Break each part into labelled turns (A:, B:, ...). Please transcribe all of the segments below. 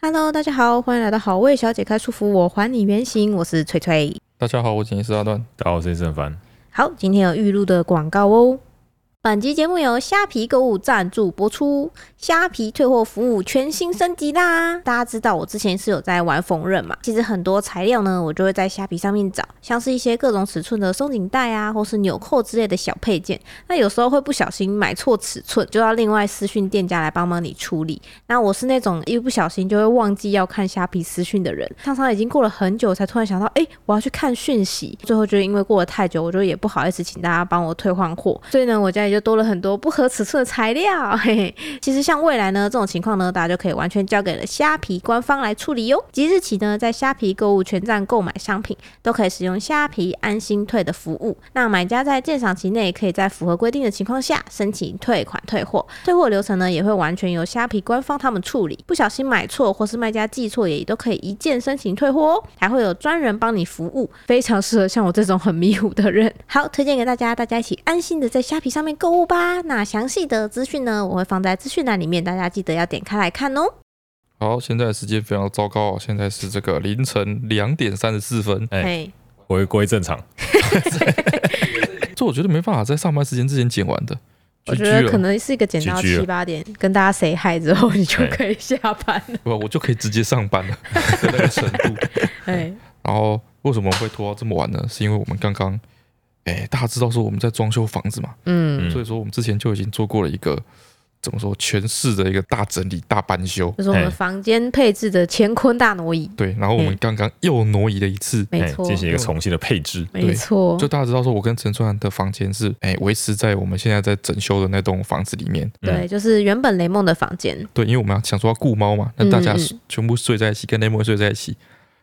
A: Hello，大家好，欢迎来到好味小姐开束缚，我还你原形，我是翠翠。
B: 大家好，我剪辑师阿段。
C: 大家好，哦我是沈凡。
A: 好，今天有预录的广告哦。本集节目由虾皮购物赞助播出，虾皮退货服务全新升级啦！大家知道我之前是有在玩缝纫嘛，其实很多材料呢，我就会在虾皮上面找，像是一些各种尺寸的松紧带啊，或是纽扣之类的小配件。那有时候会不小心买错尺寸，就要另外私讯店家来帮忙你处理。那我是那种一不小心就会忘记要看虾皮私讯的人，常常已经过了很久才突然想到，哎、我要去看讯息。最后就因为过了太久，我就也不好意思请大家帮我退换货，所以呢，我家里就多了很多不合尺寸的材料。嘿嘿，其实像未来呢这种情况呢，大家就可以完全交给了虾皮官方来处理哟。即日起呢，在虾皮购物全站购买商品，都可以使用虾皮安心退的服务。那买家在鉴赏期内，可以在符合规定的情况下申请退款退货，退货流程呢也会完全由虾皮官方他们处理。不小心买错或是卖家记错，也都可以一键申请退货哦，还会有专人帮你服务，非常适合像我这种很迷糊的人。 好，推荐给大家，大家一起安心的在虾皮上面购物吧。那详细的资讯呢，我会放在资讯栏里面，大家记得要点开来看哦。
B: 好，现在的时间非常糟糕哦，现在是这个凌晨两点三十四分。
C: 哎
A: 嘿，
C: 回归正常，
B: 这我觉得没办法在上班时间之前剪完的。
A: 我
B: GG
A: 觉得
B: 啊了
A: 可能是一个剪到
C: GG
A: 七
C: 了
A: 八点，跟大家 say hi 之后，你就
B: 哎
C: 对
A: 可以下班了。
B: 我我就可以直接上班了 的那个程度。
A: 哎，
B: 然后为什么会拖到这么晚呢？是因为我们刚刚，哎，大家知道说我们在装修房子嘛，
A: 嗯，
C: 嗯
B: 所以说我们之前就已经做过了一个怎么说全市的一个大整理、大搬修。
A: 就是我们
C: 哎
A: 房间配置的乾坤大挪移，
B: 对，然后我们
A: 嗯
B: 刚刚又挪移了一次。
A: 没
C: 哎
A: 错，
C: 进行一个重新的配置。
A: 没错，
B: 就大家知道说，我跟陈川的房间是哎维持在我们现在在整修的那栋房子里面。
A: 对，就是原本雷梦的房间，
B: 对，因为我们要想说要顾猫嘛，那大家
A: 嗯嗯
B: 全部睡在一起，跟雷蒙睡在一起。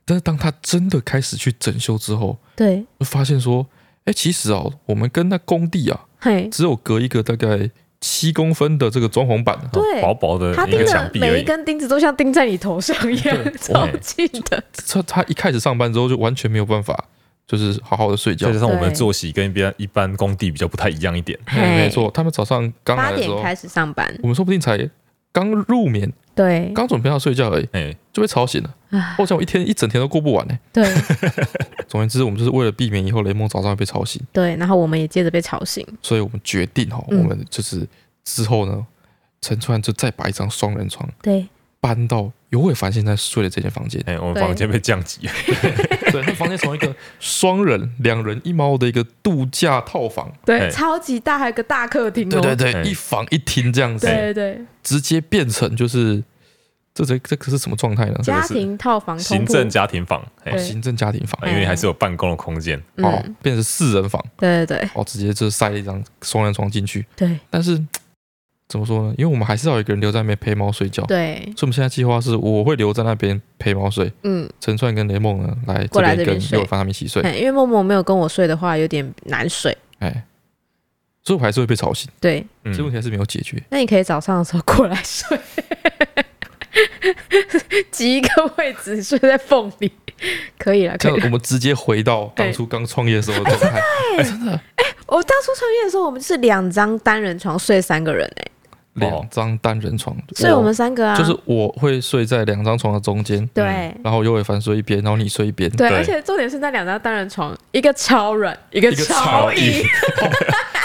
B: 但是当他真的开始去整修之后，
A: 对，
B: 就发现说，哎，其实哦，我们跟那工地啊，
A: 嘿，
B: 只有隔一个大概七公分的这个装潢板，啊
A: 对
C: 哦薄薄的
A: 他
C: 一
A: 钉
C: 个
A: 的
C: 墙壁而
A: 每一
C: 已。
A: 根钉子都像钉在你头上一
B: 对哎
A: 样，超近的，
B: 他他一开始上班之后就完全没有办法，就是好好的睡觉
C: 再加。上我们的
A: 对
C: 作息跟一般一般工地比较不太一样一点，
B: 哎没错，他们早上刚
A: 八
B: 来的时
A: 点
B: 候，
A: 开始上班，
B: 我们说不定才刚入眠，
A: 对，
B: 刚准备要睡觉而已，
C: 哎，。
B: 就被吵醒了。哦
A: 啊，
B: 我想我一天一整天都过不完呢、
A: 对
B: 总而言之，我们就是为了避免以后雷蒙早上会被吵醒。
A: 对，然后我们也接着被吵 醒，
B: 所以我们决定哈，
A: 嗯
B: 我们就是之后呢，陈川就再把一张双人床
A: 对，
B: 搬到尤伟凡现在睡的这间房间
C: 哎，我们
A: 对
C: 房间被降级，
B: 对，那房间从一个双人、两人一猫的一个度假套房，
A: 对，
C: 哎
A: 超级大，还有个大客厅哦，
B: 对哎对
C: 哎
B: 对，一房一厅这样子，
A: 对对，
B: 直接变成就是这这这个是什么状态呢？
A: 家庭套房通
C: 行
A: 铺
C: 政家庭房，哎
A: 对，
B: 行政家庭房
C: 因为你还是有办公的空间，
B: 哦
A: 嗯，，
B: 变成四人房
A: 对对
B: 哦，直接就塞了一张双人床进去。
A: 对
B: 但是怎么说呢？因为我们还是要有一个人留在那边陪猫睡觉
A: 对，对，
B: 所以我们现在计划是我会留在那边陪猫睡。
A: 嗯，
B: 陈川跟雷梦呢来
A: 过
B: 这
A: 来
B: 边
A: 这边
B: 跟
A: 睡
B: 尤尔凡他们一起睡，
A: 哎因为默默没有跟我睡的话，有点难睡，
B: 哎，所以我还是会被吵醒，
A: 对，
B: 这个问
C: 嗯，
B: 题还是没有解决。
A: 那你可以早上的时候过来睡， 挤一个位置睡在缝里， 可以了，
B: 这
A: 可以
B: 样
A: 了。
B: 我们直接 回到当初刚创业的时候的状态，真的
A: 我当初创业的时候，我们是两张单人床睡三个人哎、
C: 哦
B: 两张单人床，
A: 所以我们三个啊，
B: 哦就是嗯我会睡在两张床的中间，
A: 对、
B: 然后尤伟凡睡一边，然后你睡一边，
A: 对，
C: 对
A: 而且重点是那两张单人床，一个超软，一个
B: 一个
A: 超
B: 超
A: 硬
B: 硬。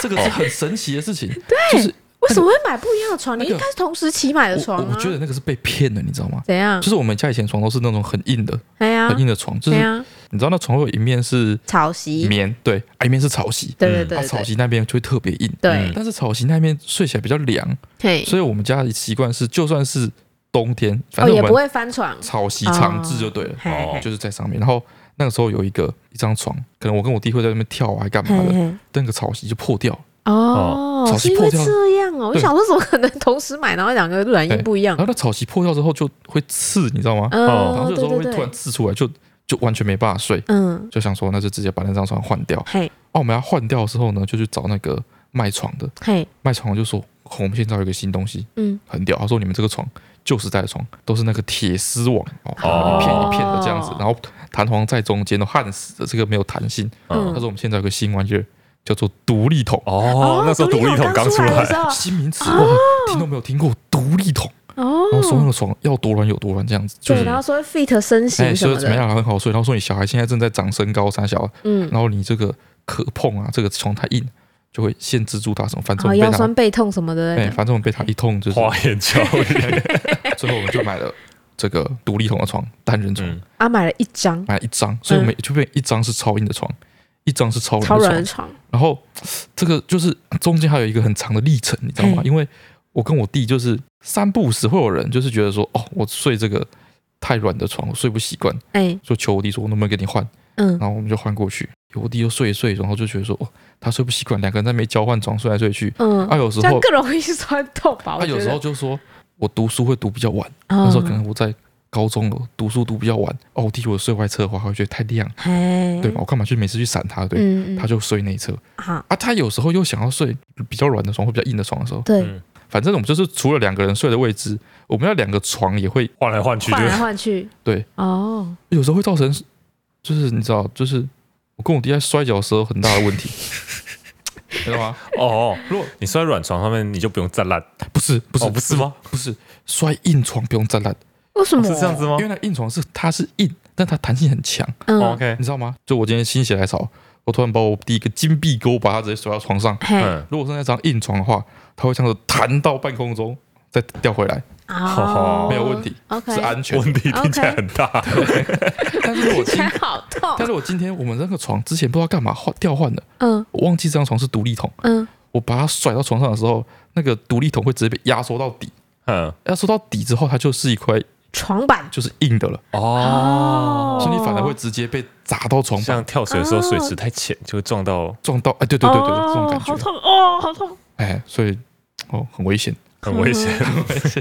B: 这个是很神奇的事情。对，就是
A: 为什么会买不一样的床？你
B: 那
A: 应
B: 个
A: 该是同时起买的
B: 我
A: 床
B: 我
A: 啊？嗯
B: 觉得那个是被骗的，你知道吗？
A: 怎样
B: 就？是我们家以前床都是那种很硬的、
A: 哎呀
B: 很，硬的床，就
A: 哎
B: 是
A: 呀，
B: 你知道那床会有一面是
A: 草席，
B: 棉，对，啊一面是草席，
A: 对对
C: 嗯
A: 对
B: 它
A: 对
B: 草席那边就会特别硬。
A: 对，
B: 但是草席那边睡起来比较凉，
A: 嘿，
B: 嗯所以我们家的习惯是，就算是冬天，反
A: 哦
B: 正
A: 也
B: 我
A: 不
B: 们
A: 会啊翻床，
B: 草席长置就对了，
A: 嘿嘿
B: 就是在上面。然后那个时候有一个一张床，可能我跟我弟会在那边跳啊，还干嘛
A: 嘿
B: 的，
A: 嘿。
B: 那个草席就破掉了。
A: 哦，
B: 早
A: 是
B: 期
A: 因为
B: 破掉
A: 这样哦，我
B: 对
A: 想说怎么可能同时买，然后两个软硬
B: 对
A: 不一样
B: 然？后那草席破掉之后就会刺，你知道吗？
A: 嗯，
B: 然后有时候会突然，刺出来，就就完全没办法睡，
A: 嗯，
B: 就想说那就直接把那张床换掉。
A: 嘿，
B: 哦，我们要换掉的时候呢，就去找那个卖床的，
A: 嘿，
B: 卖床的就说。哦我们现在有一个新东西，
A: 嗯，
B: 很屌。他说你们这个床旧时代的床都是那个铁丝网哦，
C: 哦
B: 一片一片的这样子
A: 哦，
B: 然后弹簧在中间都焊死的，这个没有弹性。
A: 嗯
B: 他说我们现在有个新玩意儿，叫做独立桶，哎
C: 哦，那时候
A: 独
C: 独立桶
A: 刚
C: 出
A: 来的
C: 来
A: 时，候，
B: 新名词，哇，
A: 啊
B: 听都没有听过独立桶。然后手上
A: 哦，
B: 的床要多软有多软，这样子就
A: 对，
B: 是
A: 然后说 fit 身
B: 哎，
A: 形什
B: 说
A: 么
B: 怎么
A: 的，
B: 样很好睡，然后说你小孩现在正在长身高三小，
A: 嗯，
B: 然后你这个可碰啊，这个床太硬，就会限制住他什么，反
A: 然
B: 正
A: 后
B: 我们被
A: 腰
B: 他
A: 酸背痛什么的
B: 哎，
A: 那种，
B: 反正我们被他一通就是，
C: 花言巧 语，
B: 最后我们就买了这个独立桶的床，单人床，
C: 嗯，
A: 啊，买了一张
B: 买了一张，所以我们就变一张是超硬的床，一张是
A: 嗯
B: 超
A: 超
B: 软的
A: 软的
B: 床，
A: 床，
B: 然后这个就是中间还有一个很长的历程，你知道吗？
A: 嗯
B: 因为我跟我弟就是三不五时会有人就是觉得说，哦，我睡这个太软的床，我睡不习惯。
A: 哎，
B: 就求我弟说，我能不能给你换？
A: 嗯，
B: 然后我们就换过去，我弟又睡一睡，然后就觉得说，哦，他睡不习惯，两个人在那边交换床睡来睡去。
A: 嗯
B: 啊，，有时
A: 这样
B: 候，
A: 更容易酸痛吧？我
B: 他
A: 觉
B: 有时候
A: 得，哦
B: 就说我读书会读比较晚，
A: 那
C: 嗯
B: 那时候可能我在高中了，读书读比较晚。哦，我弟如果睡外侧的话，他会觉得太亮，
A: 哎，
C: 嗯
B: 对吧？我干嘛去每次去闪他？对，
A: 嗯，嗯，嗯
B: 他就睡内侧
A: 好，
B: 啊。他有时候又想要睡比较软的床或比较硬的床的时候，
A: 对，
C: 嗯
B: 反正我们就是除了两个人睡的位置，我们要两个床也会
C: 换来换去就
A: 换来换去，
B: 对，
A: 哦，
B: 有时候会造成，就是你知道，就是我跟我弟在摔跤的时候很大的问 题，你知道吗？
C: 哦，
B: 如果
C: 你摔软床上面你就不用站烂，
B: 不是不是、
C: 哦不是吗？哦
B: 不是摔硬床不用站烂，
A: 为什么
C: 是这样子吗
B: 因为那硬床是它是硬，但它弹性很强，
C: 哦
A: 嗯，
C: ？OK，
B: 你知道吗？就我今天心血来潮，我突然把我弟一个金币钩把他直接甩到床上。
A: 嘿，
C: 嗯，
B: 如果是那张硬床的话，他会这样子弹到半空中，再掉回来，
A: 哦，
B: 没有问题，
A: ，OK，
B: 是安全的。
C: 问题听
A: 嗯
C: 起来很大，
B: 但是
A: 听
B: 我今
A: 起来好
B: 但
A: 痛，
B: 是我今天我们那个床之前不知道干嘛换调换了，
A: 嗯
B: 我忘记这张床是独立桶，
A: 嗯，
B: 我把它甩到床上的时候，那个独立桶会直接被压缩到底，
C: 嗯，
B: 压缩到底之后，它就是一块
A: 床板
B: 就是硬的了，
C: 哦，
B: 所以你反而会直接被砸到床板
C: 像跳水的时候水池太浅就会撞到，
B: 撞到，哎，对对对对，这种
A: 哦
B: 感
A: 好
B: 觉，
A: 痛哦，好痛。
B: 哎，所以哦很危险，
C: 很危险，
B: 啊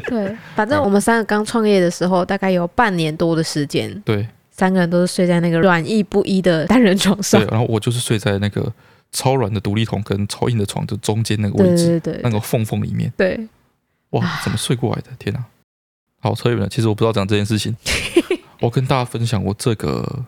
A: 对，反正我们三个刚创业的时候，大概有半年多的时间，
B: 对
A: 三个人都是睡在那个软硬不一的单人床上
B: 对，。然后我就是睡在那个超软的独立桶跟超硬的床的中间那个
A: 对
B: 位置，
A: 对啊对
B: 那
A: 对
B: 个缝缝里面，
A: 对，
B: 哇，怎么睡过来的？天哪、好扯远了，其实我不知道讲这 件事情，我跟大家分享我这个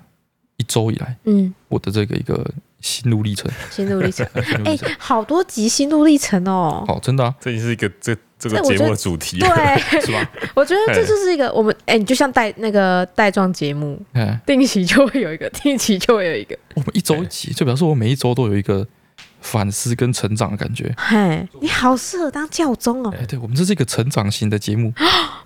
B: 一周以来
A: 嗯，
B: 我的这个一个心路 历程，
A: 心路历程，
B: 心路
A: 哎
B: 历程，，
A: 好多集心路历程哦。
B: 好，真的啊，
C: 这就是一个这这个
A: 这我觉
C: 节
A: 得
C: 目的主题
A: 对，，
B: 是吧？
A: 我觉得这就是一个我们哎，你就像带那个带状节目，
B: 哎，
A: 定期就会有一个，定期就会有一个。
B: 我们一周一集，就表示我每一周都有一个反思跟成长的感觉。
A: 嗨，你好适合当教宗哦！
B: 哎，对，我们这是一个成长型的节目，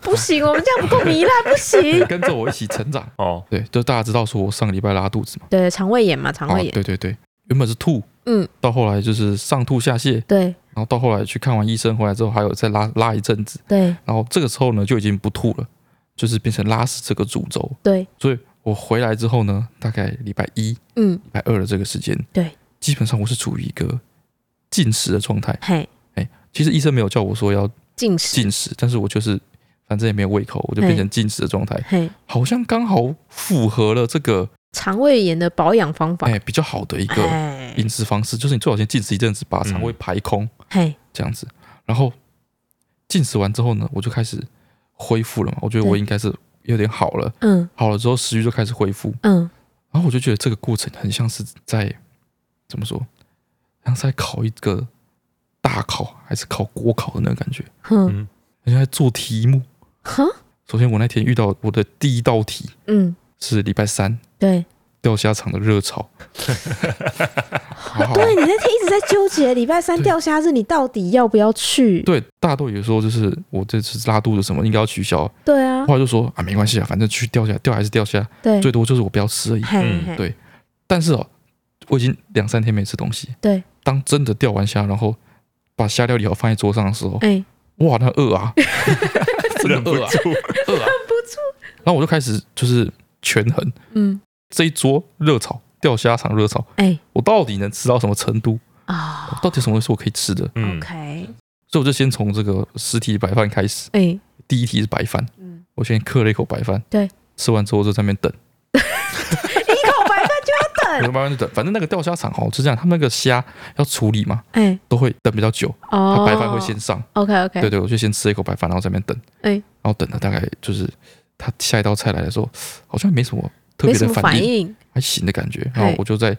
A: 不行，我们这样不够糜烂，不 行。
B: 跟着我一起成长。
C: 哦，
B: 对，就大家知道说我上个礼拜拉肚子嘛，
A: 对，肠胃炎嘛，肠胃炎。
B: 啊对对对，原本是吐，
A: 嗯，
B: 到后来就是上吐下泻，
A: 对
B: 然后到后来去看完医生回来之后，还有再拉拉一阵子，
A: 对
B: 然后这个时候呢就已经不吐了，就是变成拉屎这个主轴。
A: 对，
B: 所以我回来之后呢，大概礼拜一、
A: 嗯，
B: 礼拜二的这个时间，
A: 对，
B: 基本上我是处于一个进食的状态。
A: 嘿，
B: 其实医生没有叫我说要
A: 进食，
B: 进食，但是我就是反正也没有胃口，我就变
A: 哎
B: 成进食的状态，
A: 嘿，
B: 好像刚好符合了这个
A: 肠胃炎的保养方法
B: 哎、。比较好的一个
A: 哎，
B: 饮食方式，就是你最好先进食一阵子，把肠胃排空、
A: 嘿，
B: 这样子，然后进食完之后呢，我就开始恢复了嘛，我觉得我
A: 对
B: 应该是有点好了，
A: 嗯
B: 好了之后食欲就开始恢复，
A: 嗯，
B: 然后我就觉得这个过程很像是在怎么说，像是在考一个大考还是考国考的那个感觉，
A: 哼
C: 嗯，
B: 很像在做题目。
A: 哼，
B: 首先，我那天遇到我的第一道题
A: 嗯，
B: 是礼拜三
A: 对，
B: 钓虾场的热潮，好好
A: 对你那天一直在纠结，礼拜三
B: 对
A: 钓虾日你到底要不要去？
B: 对，大家都以为说就是我这次拉肚子什么应该要取消，
A: 对啊，
B: 后来就说啊没关系啊，反正去钓虾，钓还是钓虾，
A: 对，哎
B: 最多就是我不要吃而已。
A: 嘿
C: 嗯
A: 嘿，
B: 对但是哦，我已经两三天没吃东西，
A: 对，
B: 当真的钓完虾，然后把虾料理好放在桌上的时候，
A: 哎，
B: 哇，那饿 啊，真
C: 忍
B: 的
C: 不
B: 饿啊，
C: 住，
B: 饿啊，
A: 不住，
B: 然后我就开始就是权衡
A: 嗯，
B: 这一桌热炒钓虾场热炒，
A: 哎
B: 我到底能吃到什么程度？
A: 啊
B: 到底什么是我可以吃的？
C: 嗯，
A: ，OK，
B: 所以我就先从这个实体白饭开始。
A: 哎，
B: 第一题是白饭，
A: 嗯，
B: 我先嗑了一口白饭，
A: 对，
B: 吃完之后就在那边等，
A: 一口白饭就要
B: 我就
A: 等，
B: 慢慢地等。反正那个钓虾场哦，就这样，他们那个虾要处理嘛，
A: 哎，
B: 都会等比较久，它
A: 哦，
B: 白饭会先上。
A: OK OK，
B: 对对，我就先吃一口白饭，然后在那边等，
A: 哎
B: 然后等了大概就是他下一道菜来的时候，好像没什么特
A: 没
B: 别
A: 什
B: 的
A: 么
B: 反
A: 反
B: 应，
A: 应，
B: 还行的感觉。然后我就在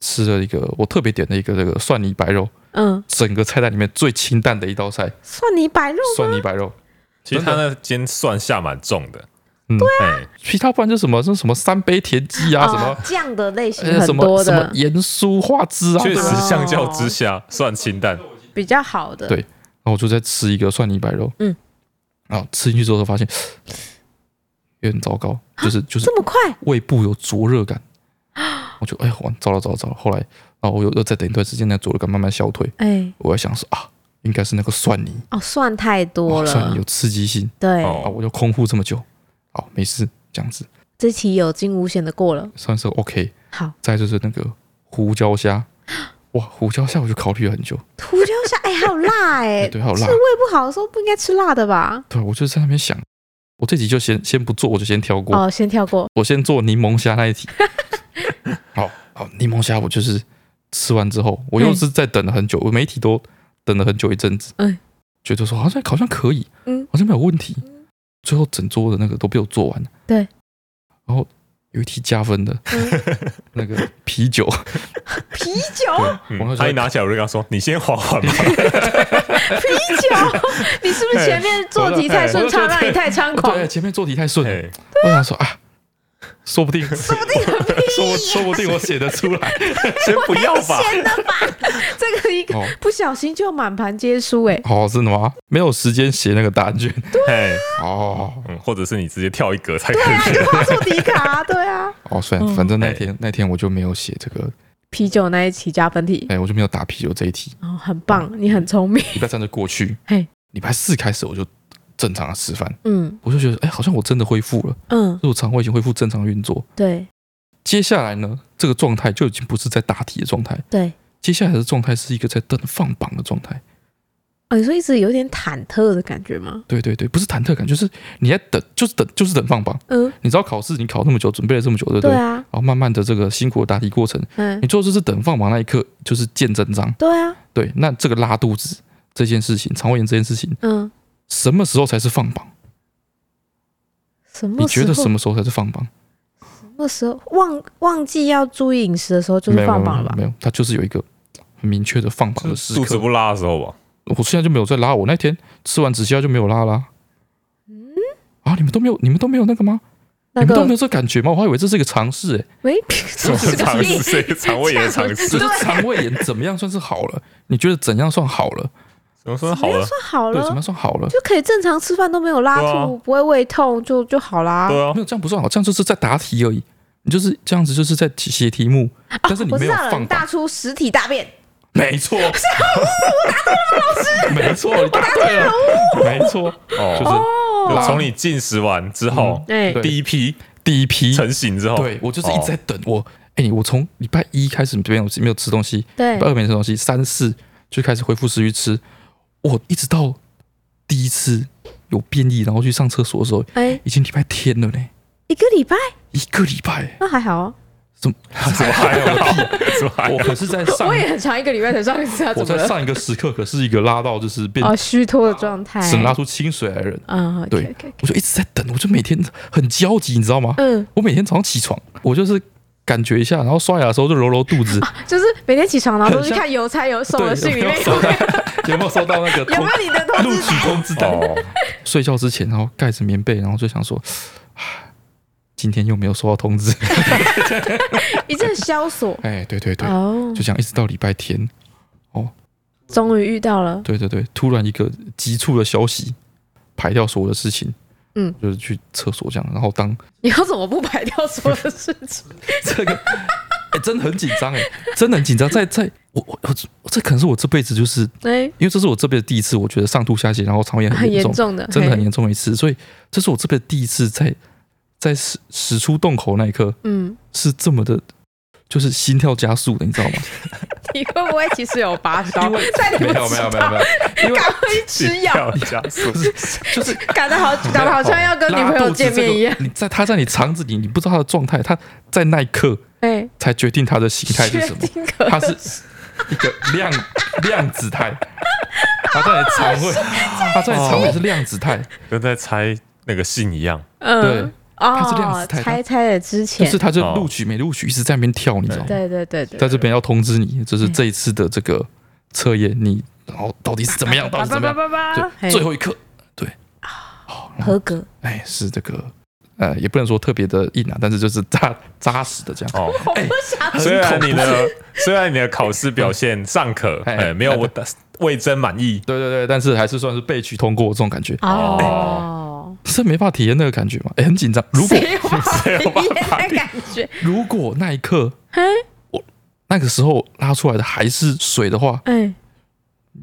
B: 吃了一个我特别点的一个这个蒜泥白肉，
A: 嗯，
B: 整个菜单里面最清淡的一道菜，
A: 蒜泥白肉
B: 蒜泥白肉。
C: 其实他那间蒜下蛮重的，
B: 嗯，
C: 哎，
B: 其他不然就什么，是什么三杯田鸡啊，什么
A: 哦酱的类型
B: 呃
A: 很
B: 什么
A: 多
B: 什么
A: 的，
B: 盐酥花枝啊，
C: 确
B: 然
C: 实相较之
A: 啊
C: 下蒜清淡，
A: 比较好的。
B: 对后我就在吃一个蒜泥白肉，
A: 嗯，
B: 然后吃进去之后才发现有点糟糕，就是就是
A: 这么快？
B: 胃部有灼热感，我就哎呀完糟了糟了糟了，后来然后我又又再等一段时间，那灼热感慢慢消退，
A: 哎，
B: 我在想说啊，应该是那个蒜泥，
A: 哦，蒜太多
B: 哇蒜
A: 了
B: 泥有。刺激性
A: 对，
B: 啊，
C: 哦
B: 我就空腹这么久，好没事这样子
A: 这题有惊无险的过了。
B: 算是 OK。
A: 好，
B: 再就是那个胡椒 虾，哇，胡椒虾我就考虑了很久，
A: 胡椒虾， 哎，还有辣，哎，
B: 哎对，还有辣
A: 是，胃不好的时候不应该吃辣的吧？
B: 对我就在那边想，我这集就先先不做，我就先跳过，
A: 哦，先跳过。
B: 我先做柠檬虾那 一题。好好，柠檬虾我就是吃完之后，我又是在等了很久，我每一题都等了很久一阵子，
A: 嗯
B: 觉得说好像好像可以，
A: 嗯
B: 好像没有问题。最后整桌的那个都被我做完了，
A: 对。
B: 然后有一题加分的
A: 嗯
B: 那个啤 酒，
A: 啤 酒，
B: 我那
C: 嗯
B: 时候
C: 他一拿起来我就跟他说：“你先缓缓吧。
A: 啤酒， 你是不是前面做题太顺畅，让你太猖狂？
B: 哎对，前面做题太”顺了，
C: 哎，
B: 我想说啊，说不定，说不定，说说不定我写得出来。
C: 先不要吧。
A: 这个一个
B: 哦
A: 不小心就满盘皆输， 哎，
B: 哦，真的吗？没有时间写那个答案卷。
C: 哎，
B: 哦
C: 嗯，或者是你直接跳一格才可以。
A: 就画出题卡，对啊。
B: 哦，算了，
A: 嗯
B: 反正那天那天我就没有写这个，
A: 啤酒那一期加分题，
B: 哎，我就没有打啤酒这一题。
A: 哦，很棒，你很聪明，
B: 礼拜三就过去
A: 嘿，
B: 礼拜四开始我就正常的吃饭，
A: 嗯
B: 我就觉得哎，好像我真的恢复了，
A: 嗯，
B: 就是我肠胃已经恢复正常运作。
A: 对
B: 接下来呢，这个状态就已经不是在答题的状态，
A: 对，
B: 接下来的状态是一个在等放榜的状态。
A: 哦，你说一直有点忐忑的感觉吗？
B: 对对对，不是忐忑感，就是你在等，就是等，就是等放榜。
A: 嗯，
B: 你知道考试你考那么久，准备了这么久，对不对？
A: 对啊，
B: 然后慢慢的这个辛苦的答题过程，
A: 嗯
B: 你，做就是等放榜那一刻就是见真章。
A: 对啊，
B: 对，那这个拉肚子这件事情，肠胃炎这件事情，
A: 嗯，
B: 什么时候才是放榜？
A: 什么
B: 你觉得
A: 时候
B: 什么时候才是放榜？
A: 什么时候忘忘记要注意饮食的时候，就是放榜了吧
B: 没有没有没有？没有，它就是有一个很明确的放榜的时
C: 肚子
B: 刻。
C: 不拉的时候吧，
B: 我现在就没有在拉，我那天吃完止泻药就没有拉啦。啊，你们都没有，你们都没有那个吗？
A: 嗯那
B: 你们都没
A: 个
B: 有这感觉吗？我还以为这是一个常 识、欸，
A: 没
C: 这是尝试，所以肠胃也
A: 尝
C: 尝
A: 试
C: 试
B: 就。是肠胃炎怎么样算是好了？你觉得怎样算好了？
C: 怎么说好了？
A: 算好
B: 对，
A: 了
B: 怎么，样算好了？
A: 就可以正常吃饭都没有拉
C: 对啊
A: 吐，不会胃痛就就好啦。
C: 对啊
B: 没，有这样不算好，这样就是在答题而已。你就是这样子，就是在写题目，但是你
A: 我
B: 没
A: 知
B: 有
A: 道了，
B: 放
A: 你
B: 榜
A: 大。出实体大便，
B: 没错，我答对了，老师，没错，你答对了，没错，就
C: 哦，
B: 是嗯
A: 哦，
C: 就从你进食完之后，
A: 哎
B: 对
C: 第一批
B: 第一批，
C: 成型之后，
B: 对我就是一直在等我，哎，我从礼拜一开始没有没有吃东西，
A: 对
B: 礼拜，二没吃东西，三四就开始恢复食欲吃，我一直到第一次有便意，然后去上厕所的时候，
A: 哎，
B: 已经礼拜天了呢，
A: 一个礼拜
B: 一个礼拜，
A: 那还好啊，
B: 怎么
C: 怎么还有怎么还
B: 我
C: 有
B: 可是在 上
A: 我，也很长一个礼拜才上一次啊，
B: 我
A: 怎么
B: 在
A: 了？
B: 上一个时刻可是一个拉到就是变
A: 哦，虚脱的状态，
B: 只能拉出清水来的人，
A: 啊，
B: 对
A: OK，OK，OK
B: 我就一直在等，我就每天很焦急，你知道吗？
A: 嗯，
B: 我每天早上起床，我就是感觉一下，然后刷牙的时候就揉揉肚 子，
A: 就是每天起床然后 都去
B: 很像
A: 看邮差有收
B: 对
A: 了信里
B: 有没
A: 面
B: 有收到有没有收到那个
A: 有没
B: 通
A: 有你的通
B: 录
A: 知
B: 取
A: 单？
B: 通知单？
C: 哦，
B: 睡觉之前，然后盖着棉被，然后就想说，唉今天又没有收到通知。
A: 一阵萧索
B: 哎，对对对，
A: 哦，
B: 就这样一直到礼拜天。
A: 终于遇到了，
B: 对对对，突然一个急促的消息，排掉所有的事情。
A: 嗯，
B: 就是去厕所这样，然后当
A: 你要怎么不排掉所有的事情？
B: 这个，哎、真的很紧张哎、真的很紧张。在在，我我我我，这可能是我这辈子就是
A: 哎，
B: 因为这是我这辈子第一次，我觉得上吐下泻，然后肠胃炎
A: 很
B: 严
A: 严
B: 重，
A: 重的，
B: 真的很
A: 嘿
B: 严重一次，所以这是我这辈子第一次在在使使出洞口那一刻
A: 嗯，
B: 是这么的，就是心跳加速的，你 知道吗？
A: 你会不会其实有 发烧？
B: 因为
A: 在你不知道，
B: 没有，因为
A: 赶快 去吃药，
C: 要加速，
B: 就是
A: 搞得 好，搞得好像要跟女朋
B: 拉
A: 友
B: 肚子
A: 见面一样
B: 这。个你在他在你肠子里，你不知道他的状态，他在那一刻
A: 哎，
B: 才决定他的形态是
A: 确
B: 什么，
A: 定可
B: 他是一个量量子态。他在你肠胃，他在你肠胃是量子态，
C: 跟在猜那个信一样。
A: 嗯
B: 对，他是量
A: 哦
B: 子，态他
A: 猜猜的之
B: 就
A: 前，
B: 是他就
C: 哦
B: 录取没录取，一直在那边跳，你知道吗？
A: 对嗯对对对，
B: 在这边要通知你，就是这一次的这个测验，你然后到底是怎么样，到底是怎么
A: 嗯
B: 样，
A: 叭叭叭叭
B: 就最后一刻，对，好，然后
A: 合格，
B: 哎，是这个，呃，也不能说特别的硬啊，但是就是扎扎实的这样。
C: 哦，
A: 我不想
C: 虽然你的虽然你的考试表现尚可，
B: 哎
C: 哎，没有我的魏征满意，
B: 对对对，但是还是算是被取通过这种感觉，
A: 哦，
B: 是没办法体验那个感觉嘛，哎，很紧张。如果
A: 谁有办法
C: 谁有办法
A: 体验的感觉？
B: 如果那一 刻
A: 嘿，
B: 我那个时候拉出来的还是水的话，
A: 哎，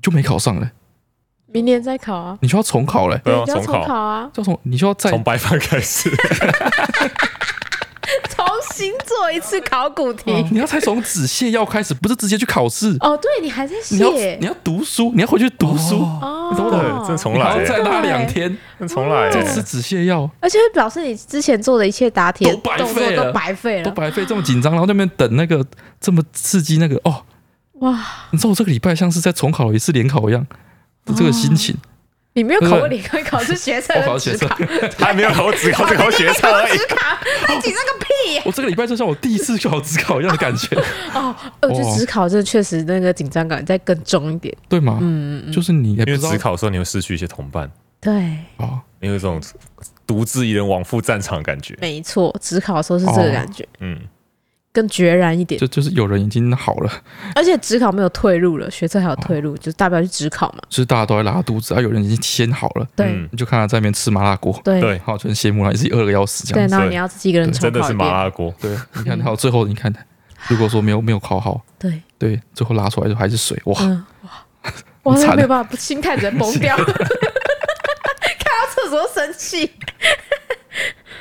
B: 就没考上了，
A: 明年再考啊，
B: 你就要重考了。
C: 对啊
A: 你就要
C: 重
A: 重
C: 考
A: 考啊，
B: 叫什么？你就要再
C: 从白饭开始，
A: 重新做一次考古题。
B: 你要才从止泻药开始，不是直接去考试。
A: 哦，对你还在
B: 你要
A: 写
B: 你要读书，你要回去读书，
A: 哦
B: 你懂不懂？
C: 对，这重
B: 你还
C: 来
B: 要，再拉两天，
C: 这重来，
B: 这吃止泻药
A: 而且会表示你之前做的一切答题
B: 都白费
A: 动作都
B: 了
A: 白费
B: 都
A: 了，
B: 白费，这么紧张，然后在那边等那个这么刺激那个哦，
A: 哇！哦
B: 你知道我这个礼拜像是在重考一次联考一样的这个心情，
A: 你没有考过
B: 对
A: 理科，考是学测
B: 我考
A: 跟
B: 学
A: 职
B: 测
A: 考，
C: 还没有考，只考只考学测而已。
A: 职考，那紧张个屁呀！
B: 我这个礼拜就像我第一次考 职考一样的感觉，
A: 哦，呃，就
B: 哦
A: 职考真的确实那个紧张感再更重一点，
B: 对吗？就是你也不
C: 因为
B: 知道
C: 只考的时候，你会失去一些同伴，
A: 对，
B: 哦，
C: 你有一种独自一人往复战场的感觉。
A: 没错，职考的时候是这个
B: 哦
A: 感觉，
C: 嗯，
A: 更决然一点，
B: 就就是有人已经好了，
A: 而且职考没有退路了，学测还有退
B: 哦
A: 路，就是大不了去职考嘛，
B: 就是大家都在拉肚子，啊然后有人已经先好了，
A: 对
C: 嗯
B: 你就看他在那边吃麻辣锅，
A: 对
C: 对，
B: 好，就很羡慕他，也是饿的要死这样
A: 对，
B: 子。
A: 然后
C: 对
A: 你要自己一个人重
C: 真的
A: 考
C: 是
A: 一
C: 麻
A: 遍，
C: 辣锅。
B: 对，啊你
A: 嗯
B: 看到最后，你看，如果说没有没有考好，
A: 对，
B: 对，最后拉出来就还是水，哇，
A: 嗯，哇，
B: 很
A: 哇，
B: 惨
A: 没有办法，不心态只能 崩掉，看 到厕所生气。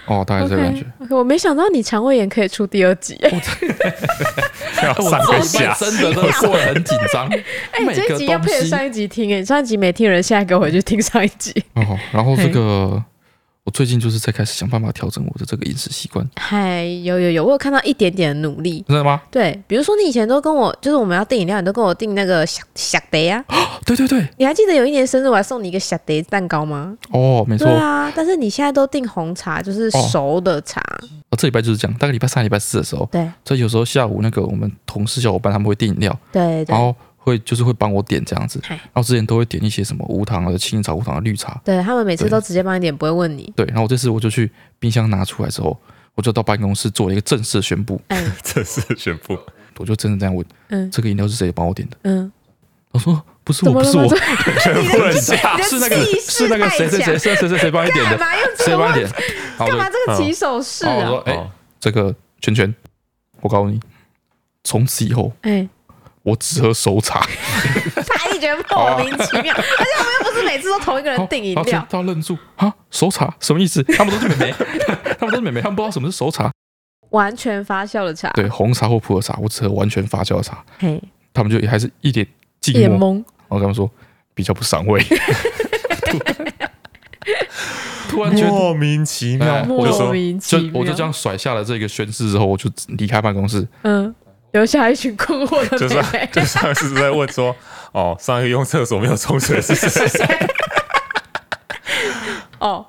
B: 哦，大概是这个感觉。哦
A: OK，我没想到你肠胃炎可以出第二集，
C: 要
B: 啊我
C: 上跟
B: 这一
C: 下
B: 班，真的真的过得很紧张，
A: 哎、
B: 每
A: 这
B: 个
A: 一集要
B: 东
A: 配合
B: 西
A: 上一集听、哎，上一集没听的人，现在给我回去听上一集。
B: 哦。然后这个，我最近就是在开始想办法调整我的这个饮食习惯，
A: 嗨，有有有，我有看到一点点的努力。
B: 真的吗？
A: 对，比如说你以前都跟我，就是我们要订饮料，你都跟我订那个小小碟 啊。
B: 哦对对对，
A: 你还记得有一年生日我还送你一个小碟蛋糕吗？
B: 哦，没错
A: 对，啊，但是你现在都订红茶，就是
B: 哦
A: 熟的茶。
B: 我哦这礼拜就是这样，大概礼拜三、礼拜四的时候，
A: 对
B: 所以有时候下午那个我们同事小伙伴他们会订饮料，
A: 对
B: 然
A: 对
B: 后会就是会帮我点这样子，
A: 嗨
B: 然后之前都会点一些什么无糖的清茶、无糖的绿茶，
A: 对，他们每次
B: 对
A: 都直接帮你点，不会问你。
B: 对，然后这次我就去冰箱拿出来之后，我就到办公室做了一个正式的宣布，
A: 哎，
C: 这是宣布，
B: 我就真的这样问，
A: 嗯
B: 这个饮料是谁帮我点的？
A: 嗯，
B: 我说不是
A: 怎么
B: 我，不
A: 了
B: 是
A: 吗
B: 我，啊
A: 这
C: 宣布了下
A: 你的
B: 是那个
A: 气势
B: 是那个谁
A: 太
B: 谁
A: 强
B: 谁谁谁谁谁帮你点
A: 干
B: 的，
A: 嘛用这
B: 谁
A: 个
B: 帮
A: 忘
B: 你
A: 记
B: 点？好，
A: 干
B: 我就
A: 嘛这个
C: 嗯
A: 起手式
B: 好，我说
A: 啊？
B: 哎，这个圈圈，我告诉你，从此以后
A: 哎、
B: 我只喝熟茶。
A: 他一觉得莫名其
B: 哦
A: 妙，而且我们又不是每次都同一个人订饮
B: 然后
A: 料
B: 全，他愣住啊，熟茶什么意思？他们都是妹妹， 他们都是妹妹，他们不知道什么是熟茶。
A: 完全发酵的茶，
B: 对，红茶或普洱茶，我只喝完全发酵的茶，
A: 嘿，
B: 他们就还是一脸静
A: 一脸
B: 默。
A: 懵，
B: 然后跟他们说比较不赏味。 突然觉得。
C: 莫名其
B: 哎
C: 妙，
B: 我就说
A: 莫名其
B: 就
A: 妙，
B: 我就这样甩下了这个宣誓之后，我就离开办公室。
A: 嗯，留下一群困惑 的
C: 就
B: 啊
A: 妹
C: 是
A: 妹。
C: 就上次在问 说，哦，上一个用厕所没有冲水是谁？
A: 哦，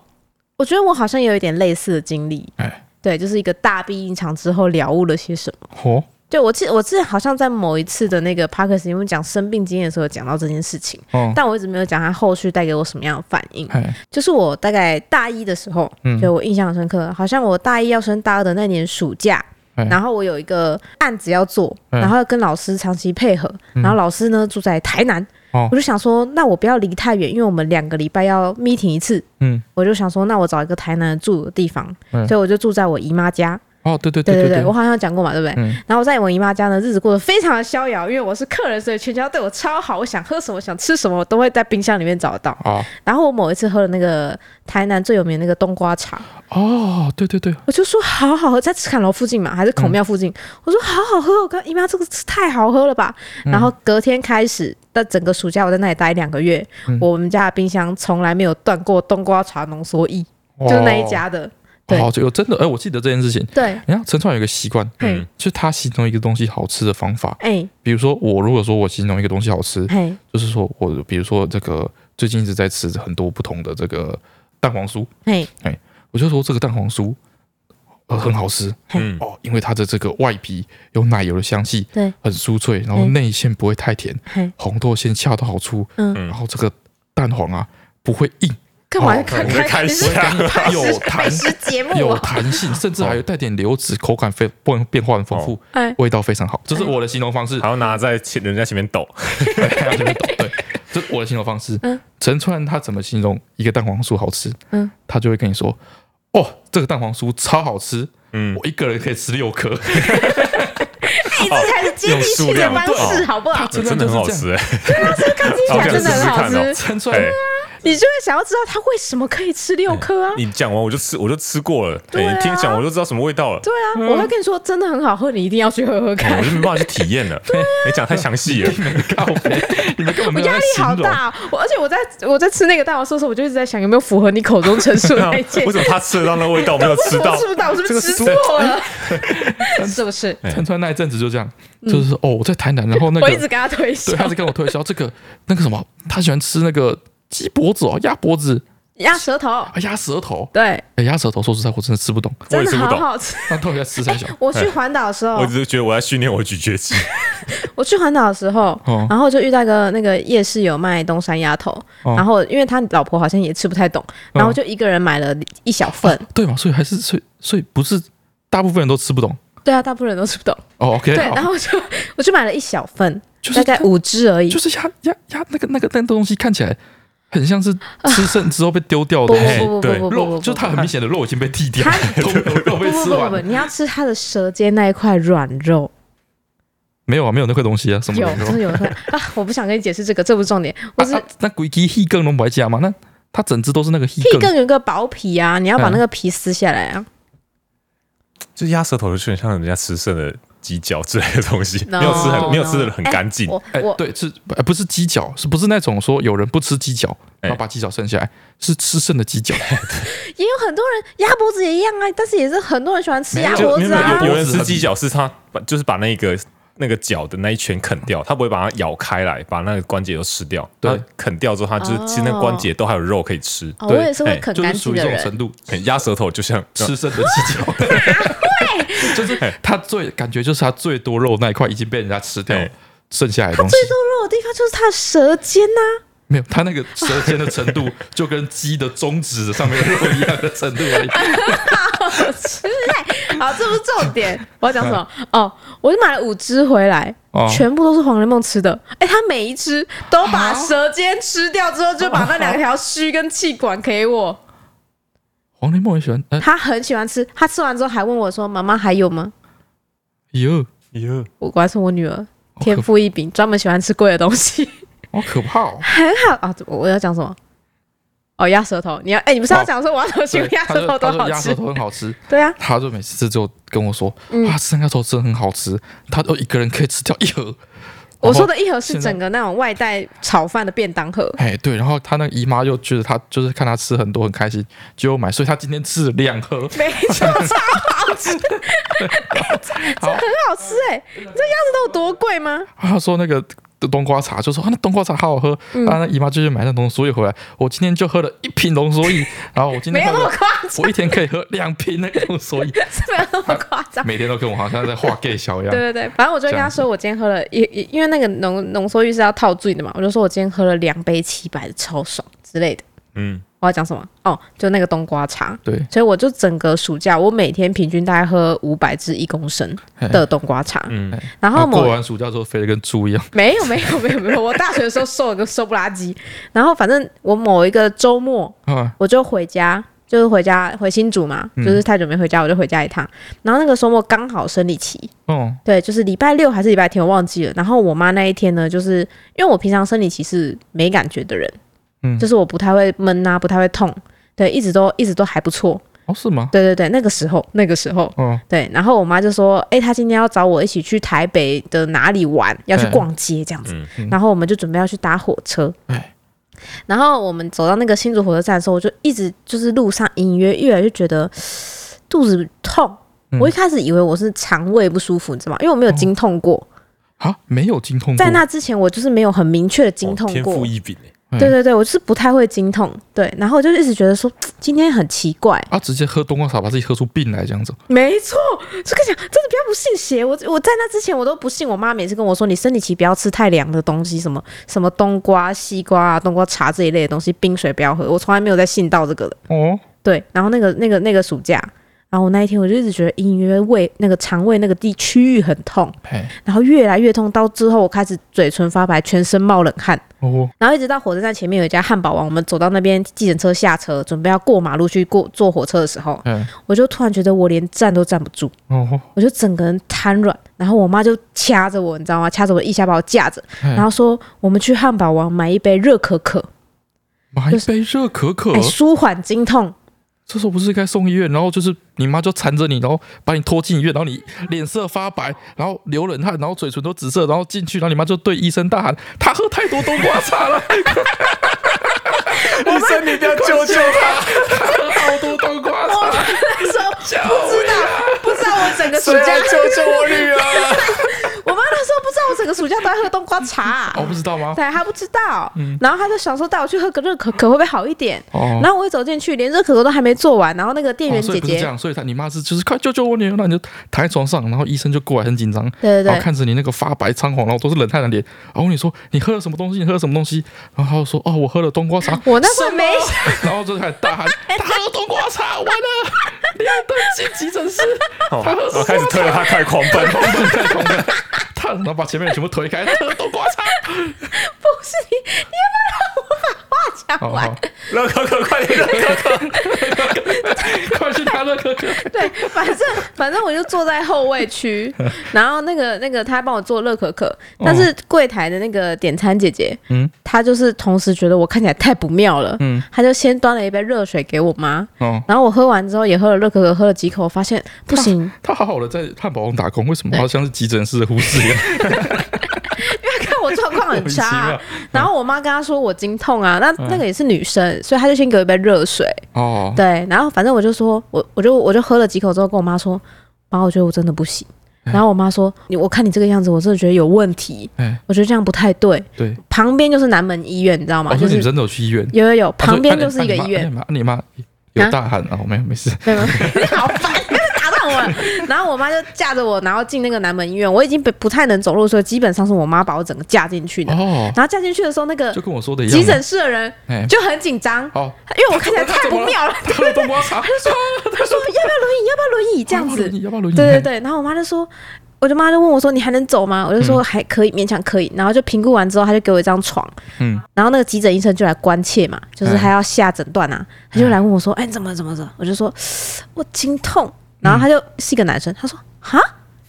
A: 我觉得我好像有一点类似的经历，
B: 哎，
A: 对，就是一个大病一场之后了悟了些什么。
B: 哦，
A: 对我记，我记得好像在某一次的那个 p a r k e s 因为讲生病经验的时候有讲到这件事情，
B: 哦，
A: 但我一直没有讲他后续带给我什么样的反应。
B: 哎，
A: 就是我大概大一的时候，
B: 嗯
A: 就我印象很深刻，好像我大一要升大二的那年暑假。
B: 哎
A: 然后我有一个案子要做，
B: 哎
A: 然后要跟老师长期配合，
B: 嗯
A: 然后老师呢住在台南，
B: 哦
A: 我就想说，那我不要离太远，因为我们两个礼拜要 meeting 一次，
B: 嗯，
A: 我就想说，那我找一个台南住的地方，
B: 哎
A: 所以我就住在我姨妈家。
B: 哦，对对
A: 对
B: 对
A: 对，我
B: 对，
A: 好像有讲过嘛，对不对？
B: 嗯
A: 然后我在我姨妈家呢，日子过得非常的逍遥，因为我是客人，所以全家对我超好，我想喝什么、想吃什么，我都会在冰箱里面找得到。
B: 啊，
A: 然后我某一次喝了那个台南最有名的那个冬瓜茶，
B: 哦，对对对，
A: 我就说好好喝，在赤坎楼附近嘛，还是孔庙附近，我说好好喝，我跟姨妈这个太好喝了吧。然后隔天开始，但整个暑假我在那里待两个月，我们家的冰箱从来没有断过冬瓜茶浓缩液，就是那一家的。对
B: 哦，就有真的，哎，我记得这件事情。
A: 对，
B: 你看陈川有一个习惯，
A: 嘿
C: 嗯，
B: 就是他形容一个东西好吃的方法。
A: 哎
B: 比如说，我如果说我形容一个东西好吃，
A: 嘿，
B: 就是说我比如说这个最近一直在吃很多不同的这个蛋黄酥，
A: 嘿，
B: 我就说这个蛋黄酥呃很好吃
C: 嗯，
B: 哦，因为它的这个外皮有奶油的香气，
A: 对，
B: 很酥脆，然后
A: 嗯
B: 内馅不会太甜，
A: 嘿，
B: 红豆馅恰到好处，
A: 嗯
B: 然后这个蛋黄啊不会 硬，
A: 干嘛
B: 哦
A: 看
C: 我们开
A: 开
C: 始
A: 始
C: 啊
A: 开
B: 有
A: 始
B: 弹
A: 美食节目
B: 有
A: 啊？
B: 弹性，甚至还有带点流质，口感非变变化很丰富，
A: 哎，
B: 味道非常哦好，这是我的形容方式
C: 还。要拿在前人家前面抖，
B: 大家就会懂，对，这是我的形容方式
A: 嗯。
B: 陈川他怎么形容一个蛋黄酥好吃？
A: 嗯，
B: 他就会跟你说：“哦，这个蛋黄酥超好吃，
C: 嗯，
B: 我一个人可以吃六颗。
A: 一直开始接地气的方式，好不好？
B: 真的
C: 真的很好
B: 就是这
C: 吃哎，
A: 看起来真的很好
C: 好想
A: 吃
C: 试试看哦，”
B: 陈
A: 啊
B: 川
C: 哎，
A: 你就会想要知道它为什么可以吃六颗啊？
C: 你讲完我就吃，我就吃过了，
A: 对啊
C: 哎你听讲我就知道什么味道了，
A: 对啊啊，我会跟你说真的很好喝，你一定要去喝喝
C: 哎
A: 看
C: 我。就没办法去体验了，
A: 啊
C: 你讲太详细了，
B: 靠 北，你们根本
C: 嗯
A: 我
B: 没有
A: 压
B: 在
A: 力
B: 形
A: 好
B: 容。
A: 大哦、我而且我在我在吃那个蛋黄酥的时候，我就一直在想有没有符合你口中陈述的那一件
C: 啊 为什么他吃得到那味道，我没有吃 到
A: 我？吃不到，我是不是吃错了？ 是不是？
B: 陈川那一阵子就这样，就是哦，我在台南，然后那
A: 嗯我一直
B: 个
A: 给他推销
B: 对，他是跟我推销这个那个什么，他喜欢吃那个鸡脖子哦，鸭脖子，
A: 压舌头，
B: 啊鸭舌头，
A: 对，
B: 哎鸭舌头，说实在我真的吃不懂，
C: 我
A: 真
C: 也
A: 的
C: 吃不
A: 好
C: 懂，哎
A: 好吃。
B: 那到底在 吃啥小？
A: 我去环岛的时候
C: 我，只是觉得我在训练我的咀嚼肌，
A: 我去环岛的时候
B: 哦，
A: 然后就遇到一个那个夜市有卖东山鸭头，
B: 哦
A: 然后因为他老婆好像也吃不太懂，然后就一个人买了一小份。
B: 对嘛，所以还是所以所以不是大部分人都吃不懂
A: 对啊，大部分人都吃不懂。
B: 哦。OK，
A: 对，
B: 好
A: 然后我就我就买了一小份，
B: 就是
A: 大概五只而已
B: 就。是鸭鸭鸭那个那个那个东西看起来很像是吃剩之后被丢掉的
A: 啊不
B: 东西，
A: 不不不不
C: 对
A: 不不不
B: 肉
A: 不，
B: 就它很明显的肉已经被剃掉
A: 它，
B: 都肉被
A: 不不
B: 吃
A: 不不
B: 完
A: 不，
B: 了，
A: 你要吃它的舌尖那一块软肉，
B: 没有啊，没有那块东西啊，什么
A: 有
B: 都没
A: 真的有一块啊！我不想跟你解释这个，这不是重点，我是
B: 啊啊那鬼鸡细更都不爱加啊嘛，那它整只都是那个细
A: 屁
B: 更，
A: 更有一个薄皮啊，你要把
B: 嗯
A: 那个皮撕下来啊。
C: 就鸭舌头就有点像人家吃剩的鸡脚之类的东西，
A: No，
C: 没有吃
A: no
C: 很没有吃的很
A: 哎
C: 干净，
A: 我
B: 哎
A: 我，
B: 对，是哎不是鸡脚？是不是那种说有人不吃鸡脚，然后
C: 哎
B: 把鸡脚剩下来，是吃剩的鸡脚？
A: 也有很多人鸭脖子也一样啊，但是也是很多人喜欢吃鸭
C: 哎就
A: 脖
C: 没有
A: 子
C: 没有
A: 啊
C: 有。有
B: 脖
C: 人
B: 子
C: 吃
B: 很
C: 鸡脚是他把就是把那个那个脚的那一圈啃掉，他不会把它咬开来，把那个关节都吃掉。
B: 对
C: 他啃掉之后，他就是其实那个关节都还有肉可以吃。
A: 哦，
B: 对哎
A: 我也是会啃
B: 就
A: 干
B: 是
A: 净
B: 属于
A: 的
B: 这种
A: 人，
B: 程 度，
C: 鸭舌头就像嗯
B: 吃剩的鸡 脚， 就是它最感觉就是它最多肉那一块已经被人家吃掉了
C: 哎，
B: 剩下来的东西
A: 肉的地方就是它的舌尖啊呐、
B: 没有，它那个舌尖的程 度就跟鸡的中指上面的肉一样的程度而已。
A: 好，这不是重 点，我要讲什么？哦，我就买了五只回来，
B: 哦
A: 全部都是黄连梦吃的。哎、他每一只都
B: 啊
A: 把舌尖吃掉之后，就把那两条须跟气管给我。
B: 黄连梦很喜欢，哎
A: 他很喜欢吃，他吃完之后还问我说：“妈妈还有吗
B: 呦，
C: 哟，？”
A: 我果然是我女儿，
B: 好
A: 天
B: 可
A: 赋异禀，专门喜欢吃贵的东西。
B: 好可怕 哦！
A: 很好啊，我我要讲什么？哦，鸭舌头，你要哎、你不是要讲说我要怎么形
B: 哦对
A: 容鸭
B: 他
A: 舌
B: 说
A: 头
B: 他
A: 多
B: 说
A: 好
B: 鸭舌
A: 吃？
B: 头很好吃，
A: 对啊，
B: 他就每次就跟我说
A: 嗯
B: 啊，生鸭头真的很好吃，他都一个人可以吃掉一盒。
A: 我说
B: 的，
A: 的一盒是
B: 现在
A: 整个那种外带炒饭的便当盒。
B: 哎，对，然后他那个姨妈又觉得他就是看他吃很多很开心，就买，所以他今天吃了两盒。
A: 没错， 超好吃，
B: 好，
A: 好吃哎、这鸭子都有多贵吗？
B: 他说那个冬瓜茶，就说啊，那冬瓜茶好好喝，
A: 嗯
B: 啊，那姨妈就去买那浓缩液回来，我今天就喝了一瓶浓缩液，然后我今
A: 没
B: 天
A: 有
B: 喝
A: 那么
B: 了，
A: 夸 张，
B: 我一天可以喝两瓶那个浓缩液，
A: 没有那么夸张。
B: 每天都跟我好像在画 gay 小一样
A: 对。对对，反正我就跟他说，我今天喝了一一，因为那个浓浓缩液是要套醉的嘛，我就说我今天喝了两杯七百的，超爽之类的。
C: 嗯，
A: 我要讲什么？哦，就那个冬瓜茶。
B: 对，
A: 所以我就整个暑假，我每天平均大概喝五百至一公升的冬瓜茶。
C: 嗯
A: 然后
B: 啊过
A: 某
B: 完暑假之后肥的跟猪一样，
A: 没有没有没有没有，我大学的时候瘦的跟瘦不拉几。然后反正我某一个周末，
B: 啊，
A: 我就回家，就是回家回新竹嘛，
B: 嗯
A: 就是太久没回家，我就回家一趟。然后那个周末刚好生理期，
B: 哦，
A: 对，就是礼拜六还是礼拜天，我忘记了。然后我妈那一天呢，就是因为我平常生理期是没感觉的人，
B: 嗯
A: 就是我不太会闷啊，不太会痛，对，一直都一直都还不错。
B: 哦是吗？
A: 对对对，那个时候那个时候，
B: 哦，
A: 对，然后我妈就说：“哎、她今天要找我一起去台北的哪里玩，要去逛街这样子。
C: 嗯
B: 嗯
A: 然后我们就准备要去搭火车。
B: 哎
A: 然后我们走到那个新竹火车站的时候，我就一直就是路上隐约越来越觉得嘶肚子痛。
B: 嗯
A: 我一开始以为我是肠胃不舒服，你知道吗？因为我没有经痛过，
C: 嗯
B: 啊，没有经痛过
A: 在那之前我就是没有很明确的经痛
C: 哦天
A: 过。
C: 赋异禀欸
B: 嗯
A: 对对对，我就是不太会经痛，对，然后我就一直觉得说今天很奇怪，
B: 啊，直接喝冬瓜茶把自己喝出病来这样子，
A: 没错，这个讲真的不要不信邪。我我在那之前我都不信，我妈每次跟我说你生理期不要吃太凉的东西，什么什么冬瓜、西瓜啊、冬瓜茶这一类的东西，冰水不要喝。我从来没有在信到这个的。
B: 哦，
A: 对，然后那个那个那个暑假，然后我那一天我就一直觉得隐约胃那个肠胃那个地区域很痛，
B: 嘿，
A: 然后越来越痛，到之后我开始嘴唇发白，全身冒冷汗。
B: 哦，
A: 然后一直到火车站前面有一家汉堡王，我们走到那边，计程车下车，准备要过马路去过坐火车的时候，
B: 嘿，
A: 我就突然觉得我连站都站不住，
B: 哦，
A: 我就整个人瘫软。然后我妈就掐着我，你知道吗？掐着我一下把我架着，
B: 嗯
A: 然后说我们去汉堡王买一杯热可可，
B: 买一杯热可可
A: 哎、，舒缓经痛。
B: 这时候不是该送医院，然后就是你妈就缠着你，然后把你拖进医院，然后你脸色发白，然后流冷汗，然后嘴唇都紫色，然后进去，然后你妈就对医生大喊：“他喝太多冬瓜茶了，
C: 医生，你一定要救救他！
B: 喝好多冬瓜
A: 我
B: 茶。
A: 妈那时候不知道，不知道我整个暑
C: 谁
A: 假，
C: 来救救我女儿？
A: 我妈那时候不知道我整个暑假都在喝冬瓜茶、啊
B: 哦，不知道吗？
A: 对，她不知道，然后她就想说带我去喝个热可可会不会好一点？
B: 哦，
A: 然后我一走进去，连热可可都还没做完，然后那个店员
B: 哦所
A: 姐
B: 以不是
A: 姐，
B: 这样，所以他你妈是就是快救救我女儿，那你就躺在床上，然后医生就过来很紧张，
A: 对对
B: 然后
A: 对，
B: 看着你那个发白苍黄，然后都是冷汗的脸，然后你说你喝了什么东西？你喝了什么东西？然后他就说哦，我喝了冬瓜茶，
A: 我那时候没
B: 什么，然后就开始大喊他喝了冬瓜茶，完了，你要登进急诊室，
C: 哦然后开始推着他开始狂奔，
B: 太恐怖了， 他然后把前面的全部推开，他喝了冬瓜茶，
A: 不是你，你要不要让我把话讲
B: 好
A: 完？
B: 好，
C: 乐可可，快点，乐 可可！
A: 哦
B: 快去拿乐可可，
A: 对，反正反正我就坐在后卫 区，然后那个那个他帮我做热可可，但是柜台的那个点餐姐姐，
B: 嗯
A: 她就是同时觉得我看起来太不妙了，
B: 嗯
A: 她就先端了一杯热水给我妈，
B: 哦，
A: 然后我喝完之后也喝了热可可，喝了几口，发现 不行，
B: 他好好的在汉堡王打工，为什么好像是急诊室的护士一样？
A: 看我状 况很差
B: 莫
A: 啊、
B: 名
A: 然后我妈跟她说我经痛啊，那那个也是女生，所以她就先给我一杯热水，
B: 哦，
A: 对，然后反正我就说，我我就我就喝了几口之后，跟我妈说，妈，我觉得我真的不行。然后我妈说：“你我看你这个样子，我真的觉得有问题，
B: 哎，
A: 我觉得这样不太对。
B: 对，
A: 旁边就是南门医院，你知道吗？
B: 哦，
A: 就
B: 所
A: 是
B: 以你们真的有去医院？
A: 有有有，
B: 啊所以
A: 旁边
B: 啊你
A: 就是一个医院。
B: 啊你妈，啊你妈有大喊啊，我没有，没事。
A: 对吗？你好烦，你在打断我。然后我妈就架着我，然后进那个南门医院。我已经不不太能走路，所以基本上是我妈把我整个架进去的。
B: 哦，
A: 然后架进去的时候，那个
B: 就跟我说的一样嘛。
A: 急诊室的人
B: 哎，
A: 就很紧张，
B: 哦，
A: 因为我看起来太不妙了。
B: 他喝了冬瓜茶，
A: 他说：“要不要轮椅？要不要轮椅？”这样子。
B: 要不要轮 椅？
A: 对对对，然后我妈就说，我的妈就问我说：“你还能走吗？”我就说：“还可以，勉强可以。”然后就评估完之后，他就给我一张床，
B: 嗯，
A: 然后那个急诊医生就来关切嘛，就是
B: 嗯
A: 他要下诊断啊，他就来问我说：“哎，你怎么了怎么了？”我就说：“我经
B: 嗯
A: 痛。”然后他就是一个男生，他说：“哈，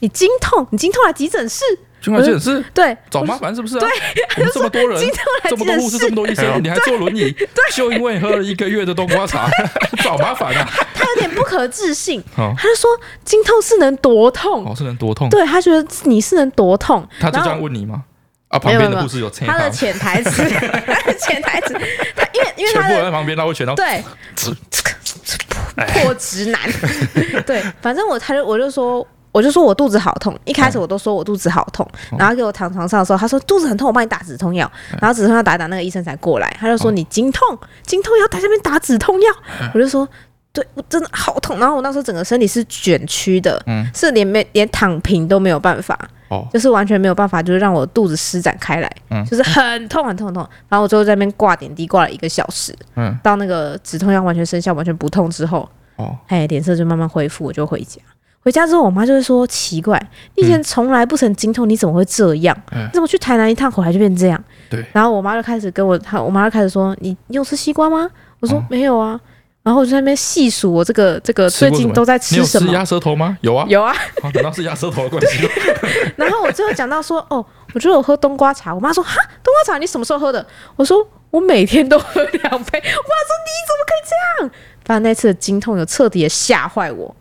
A: 你经痛？你经痛来急诊室
B: 去看急诊室？”
A: 对，
B: 找麻
A: 嗯我
B: 烦是不是、啊？对，我们这么多人
A: 经，痛来
B: 这
A: 急
B: 么多
A: 诊
B: 护士，这
A: 室
B: 么，多医
C: 哎呦
B: 生，你还坐轮椅，就因为喝了一个月的冬瓜茶， 找麻烦啊！
A: 他有点不可置 信，
B: 好，
A: 他就说：“经痛是能多痛
B: 哦，是能多？”痛？
A: 对他觉得你是能多痛，
B: 他就
A: 然
B: 这
A: 后
B: 样问你吗？啊，旁边的护士有切
A: 他的
B: 他，
A: 潜台 词，他的潜台词，他因为因为
B: 全
A: 他
B: 部
A: 的
B: 人在旁边拉过拳，然后
A: 对
B: 哎
A: 破直男， 对，反正我他就我就说。我就说我肚子好痛，一
B: 嗯
A: 开始我都说我肚子好痛，然后给我躺床上的时候，他说肚子很痛，我帮你打止痛药，
B: 嗯
A: 然后止痛药打一打，那个医生才过来，他就说
B: 哦
A: 你经痛，经痛要在这边打止痛药，
B: 嗯
A: 我就说对我真的好痛，然后我那时候整个身体是卷曲的，
B: 嗯
A: 是连没连躺平都没有办法，
B: 哦，
A: 就是完全没有办法，就是让我肚子施展开来，
B: 嗯
A: 就是很痛很痛很痛。然后我最后在那边挂点滴，挂了一个小时，
B: 嗯，
A: 到那个止痛药完全生效、完全不痛之后，
B: 哦，
A: 哎，脸色就慢慢恢复，我就回家。回家之后，我妈就会说：“奇怪，你以前从来不曾经痛，你怎么会这样？
B: 嗯
A: 你怎么去台南一趟回来就变这样？”
B: 对
A: 然后我妈就开始跟我，她我妈就开始说：“你你有吃西瓜吗？”我说：“
B: 哦
A: 没有啊。”然后我就在那边细数我这个这个
B: 吃
A: 最
B: 过什
A: 近
B: 么
A: 都在
B: 你
A: 吃
B: 有
A: 什
B: 吃
A: 么。
B: 鸭舌头吗？有啊，
A: 有啊，
B: 啊，难道是鸭舌头的关 系？
A: 然后我最后讲到说，哦，我觉得我喝冬瓜茶，我妈说哈，冬瓜茶你什么时候喝的？我说我每天都喝两杯。 我妈说你怎么可以这样？反正那次的经痛有彻底的吓坏我，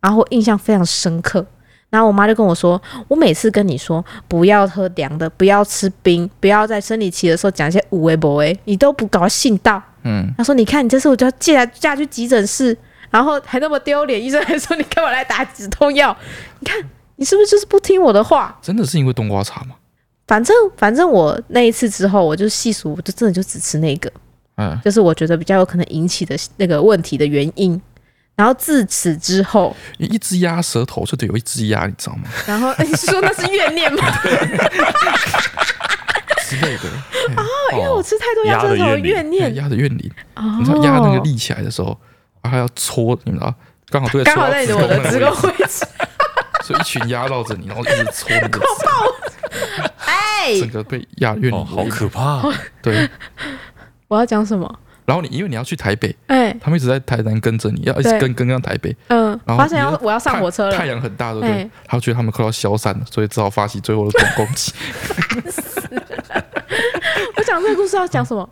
A: 然后我印象非常深刻。然后我妈就跟我说，我每次跟你说不要喝凉的，不要吃冰，不要在生理期的时候讲一些无为不为，你都不搞信到。
B: 嗯，
A: 她说你看你这次我就要嫁嫁去急诊室，然后还那么丢脸，医生还说你干嘛来打止痛药？你看你是不是就是不听我的话？
B: 真的是因为冬瓜茶吗？
A: 反正反正我那一次之后，我就细数，我就真的就只吃那个，
B: 嗯，
A: 就是我觉得比较有可能引起的那个问题的原因。然后自此之后，
B: 一只鸭舌头就得有一只鸭，你知道吗？
A: 然后 你说那是怨念吗？
B: 之类 的，
A: 因为
C: 哦
A: 我吃太多鸭舌头
C: 鸭的怨灵
A: 怨念，
B: 哦鸭的怨灵，
A: 哦
B: 你知道鸭那个立起来的时候，啊它还要戳，你知道，刚好对，
A: 刚好在你的我的子宫
B: 戳
A: 位置，
B: 到那个位置，所以一群鸭绕着你，然后一直戳 你的，
A: 哎
B: 整个被鸭怨
C: 哦，
B: 灵，
C: 好可怕哦！
B: 对。
A: 我要讲什么？
B: 然后你因为你要去台北，
A: 哎，
B: 他们一直在台南跟着你，要一直
A: 对
B: 跟跟上台北，
A: 嗯，
B: 然后
A: 发现要
B: 你就
A: 我要上火车了，
B: 太太阳很大，对不对
A: 哎？
B: 他觉得他们快要消散了，所以只好发起最后的总攻 击。
A: 我讲这个故事要讲什么？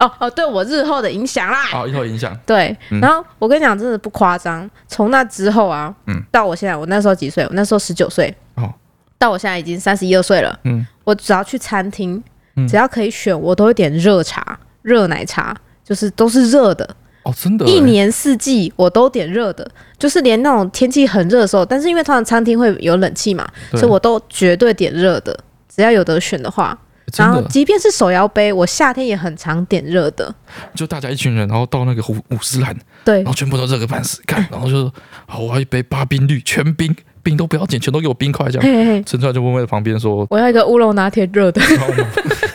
A: 哦哦，对我日后的影响啦。
B: 好，以后影响
A: 对，
B: 嗯
A: 然后我跟你讲，真的不夸张，从那之后啊，
B: 嗯
A: 到我现在，我那时候几岁？我那时候十九岁，
B: 哦，
A: 到我现在已经三十一二岁了。
B: 嗯，
A: 我只要去餐厅，
B: 嗯
A: 只要可以选，我都会点热茶、热奶茶，就是都是热的。
B: 哦，真的欸，
A: 一年四季我都点热的，就是连那种天气很热的时候，但是因为通常餐厅会有冷气嘛，
B: 对
A: 所以我都绝对点热的，只要有得选的话。
B: 真
A: 然后
B: 的，
A: 即便是手摇杯，我夏天也很常点热的。
B: 就大家一群人，然后到那个五五十兰，
A: 对
B: 然后全部都热个半死， 干，然后就说好，我要一杯八冰绿，全冰，冰都不要点，全都给我冰块这样。
A: 嘿嘿嘿，，
B: 陈川就问问旁边说
A: 我要一个乌龙拿铁热 的。
B: 然后我们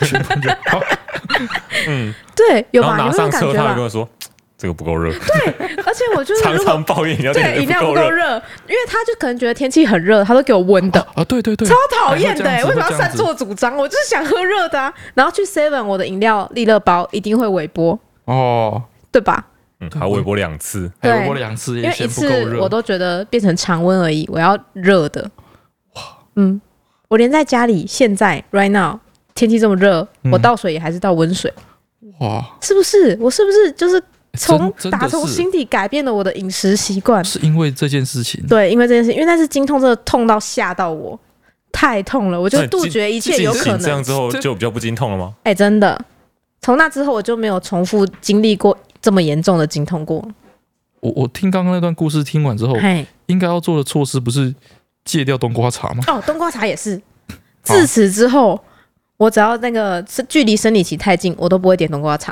B: 全部就好，
C: 嗯，
A: 对，有
C: 然后
A: 吧？
C: 拿
A: 有没有
C: 上
A: 感
C: 车，
A: 觉
C: 他还
A: 吧
C: 跟？我说这个不 够热，
A: 而且我就是
C: 常
A: 如果
C: 常抱怨饮料店
A: 对
C: 里
A: 饮
C: 面
A: 料
C: 不
A: 不
C: 够
A: 够
C: 热。
A: 热，因为他就可能觉得天气很热，他都给我温的。
B: 啊，对对对，
A: 超讨厌的、
B: 哎
A: 欸，
B: 会
A: 为
B: 这
A: 什么
B: 样子
A: 要擅作主张？我就是想喝热的啊。然后去 Seven，我的饮料利乐包一定会微波，
B: 哦，
A: 对吧？
C: 嗯，还微波两次，
B: 还
A: 对
B: 有我两次
A: 因
B: 也
A: 为一
B: 嫌不够
A: 次
B: 热
A: 我，都觉得变成常温而已，我要热的。嗯，我连在家里现在 right now 天气这么热，
B: 嗯
A: 我倒水也还是倒温水，
B: 哇，
A: 是不是？我是不是就是从
B: 真真
A: 打
B: 的
A: 从
B: 是
A: 心底改变了我的饮食习惯？
B: 是因为这件事情，
A: 对，因为这件事，因为那次经痛真的痛到吓到我，太痛了，我就
C: 那
A: 杜
C: 进
A: 绝一切
C: 进
A: 有
C: 行
A: 可
C: 这样
A: 能。
C: 之后
B: 这
C: 就比较不经痛了吗？
A: 哎、真的，从那之后我就没有重复经历过这么严重的经痛过。哎
B: 我我听刚刚那段故事听完
C: 哦
B: 之后，
A: 嘿，
B: 应该要做的措施不是戒掉冬瓜茶吗？
A: 哦，冬瓜茶也是。自此之后，我只要那个是距离生理期太近，我都不会点冬瓜茶。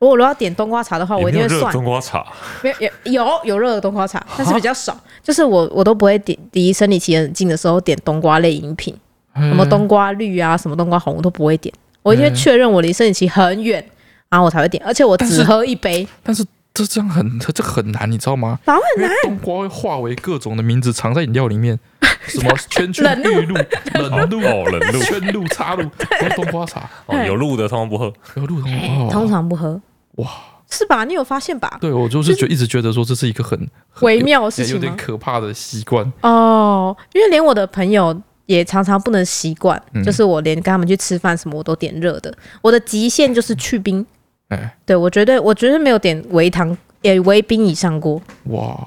A: 如果我要点冬瓜茶的话，
C: 也
A: 我一
C: 没
A: 定
C: 有
A: 会
C: 热啊
A: 算，
C: 冬瓜茶，
A: 没有有有有热的冬瓜茶，但是比较少。就是我我都不会点离生理期很近的时候点冬瓜类饮品。什
B: 什
A: 么冬瓜绿啊，什么冬瓜红，我都不会点。我一定会确认我离生理期很远，然后我才会点，而且我
B: 嗯但
A: 只
B: 是
A: 喝一杯，
B: 但是这这样很这这很难，你知道吗？
A: 反而
B: 因为冬瓜会化为各种的名字藏在饮料里 面，什么圈圈
A: 冷露
B: 玉露、冷露、
C: 哦，冷 露
B: 圈露、插露，都是冬瓜茶，
C: 哦，有露的通常不喝。
B: 有露
A: 哎
B: 冬瓜
A: 通
B: 哦。
A: 常不喝，
B: 哇，
A: 是吧？你有发现吧？
B: 对我就是觉一直觉得说这是一个很很
A: 微
B: 有
A: 妙的事情
B: 有点
A: 吗
B: 可怕的习惯。
A: 哦，因为连我的朋友也常常不能习惯，
B: 嗯
A: 就是我连跟他们去吃饭什么我都点热的，我的极限就是去冰，
B: 哎，
A: 对我绝对我绝对没有点微糖也微冰以上过。
B: 哇，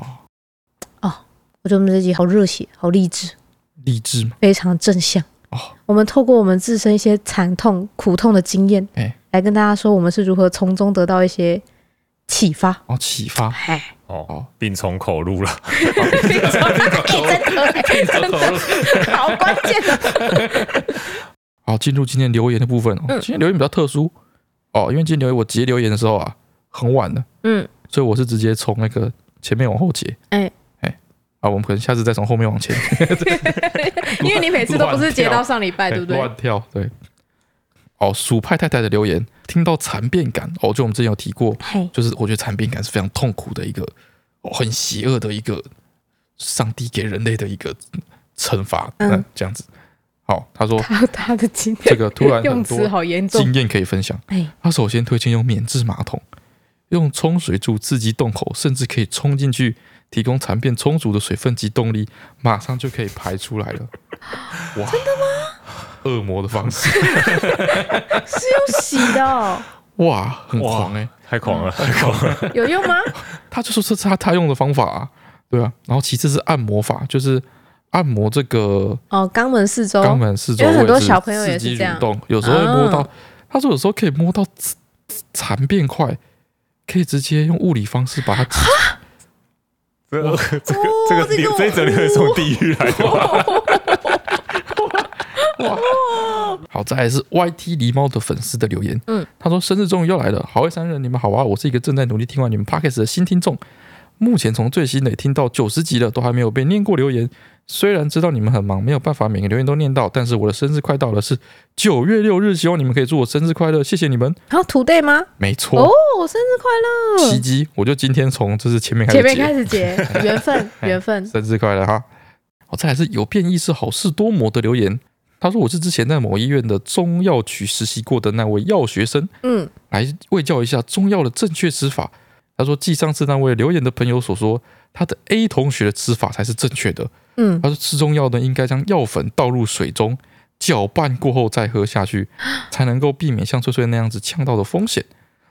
A: 我觉得我们这集好热血，好励志，
B: 励志嘛，
A: 非常正向。
B: 哦
A: 我们透过我们自身一些惨痛、苦痛的经验，
B: 哎
A: 来跟大家说我们是如何从中得到一些启发。
B: 哦，启发，
A: 哎，
B: 哦
C: 哦，嗯病从口入了，
A: 真的哎真的好关键的。
B: 好，进入今天留言的部分哦。
A: 嗯
B: 今天留言比较特殊哦，因为今天留言我截留言的时候啊，很晚了，
A: 嗯，
B: 所以我是直接从那个前面往后截。
A: 哎
B: 哎，啊，我们可能下次再从后面往前，
A: 因为你每次都不是截到上礼拜，对不对？
B: 哎乱跳对。哦，鼠派太太的留言，听到残变感哦，就我们之前有提过，
A: 嘿，
B: 就是我觉得残变感是非常痛苦的一个，哦、很邪恶的一个，上帝给人类的一个惩罚。
A: 嗯
B: 嗯，这样子。好，他说
A: 他他的今
B: 这
A: 天
B: 个突然
A: 用
B: 很多
A: 词好严重。
B: 经验可以分享。
A: 哎，
B: 他首先推荐用免治马桶，用冲水柱刺激洞口，甚至可以冲进去，提供残便充足的水分及动力，马上就可以排出 来了。哇，真的吗？恶魔的方式，
A: 是用洗的哦，
B: 哇，很狂哎、
C: 太狂了， 太狂了！
A: 有用吗？
B: 他就说这是他他用的方法、啊，对啊。然后其次是按摩法，就是按摩这个
A: 哦，肛门四周，
B: 肛门四周
A: 因
B: 位
A: 为
B: 置，
A: 很多小朋友也
B: 刺
A: 是
B: 激
A: 这样
B: 蠕动，有时候会摸到
A: 啊，
B: 他说有时候可以摸到残残便块，可以直接用物理方式把它挤
C: 这个这个
A: 哦
C: 这个
A: 这
C: 留
A: 个
C: 这一则留言是从地狱来的吧，
B: 哇，好，再来是 YT 狸猫的粉丝的留言，
A: 嗯，
B: 他说生日终于要来了，好味三人，你们好啊，我是一个正在努力听完你们 Pockets 的新听众，目前从最新的听到九十集了，都还没有被念过留言。虽然知道你们很忙，没有办法每个留言都念到，但是我的生日快到了，是九月六日，希望你们可以祝我生日快乐，谢谢你们。
A: 然后 today 吗？
B: 没错，
A: 哦，生日快
B: 奇
A: 乐！
B: 迹，我就今天从就是前面开始
A: 前面
B: 解
A: 开始结缘分，缘分。
B: 生日快乐哈！哦，再来是有变异是好事多磨的留言，他说我是之前在某医院的中药局实习过的那位药学生，
A: 嗯，
B: 来喂教一下中药的正确吃法。他说，继上次那位留言的朋友所说，他的 A 同学的吃法才是正确的。
A: 嗯，
B: 他说，吃中药呢，应该将药粉倒入水中，搅拌过后再喝下去，才能够避免像翠翠那样子呛到的风险。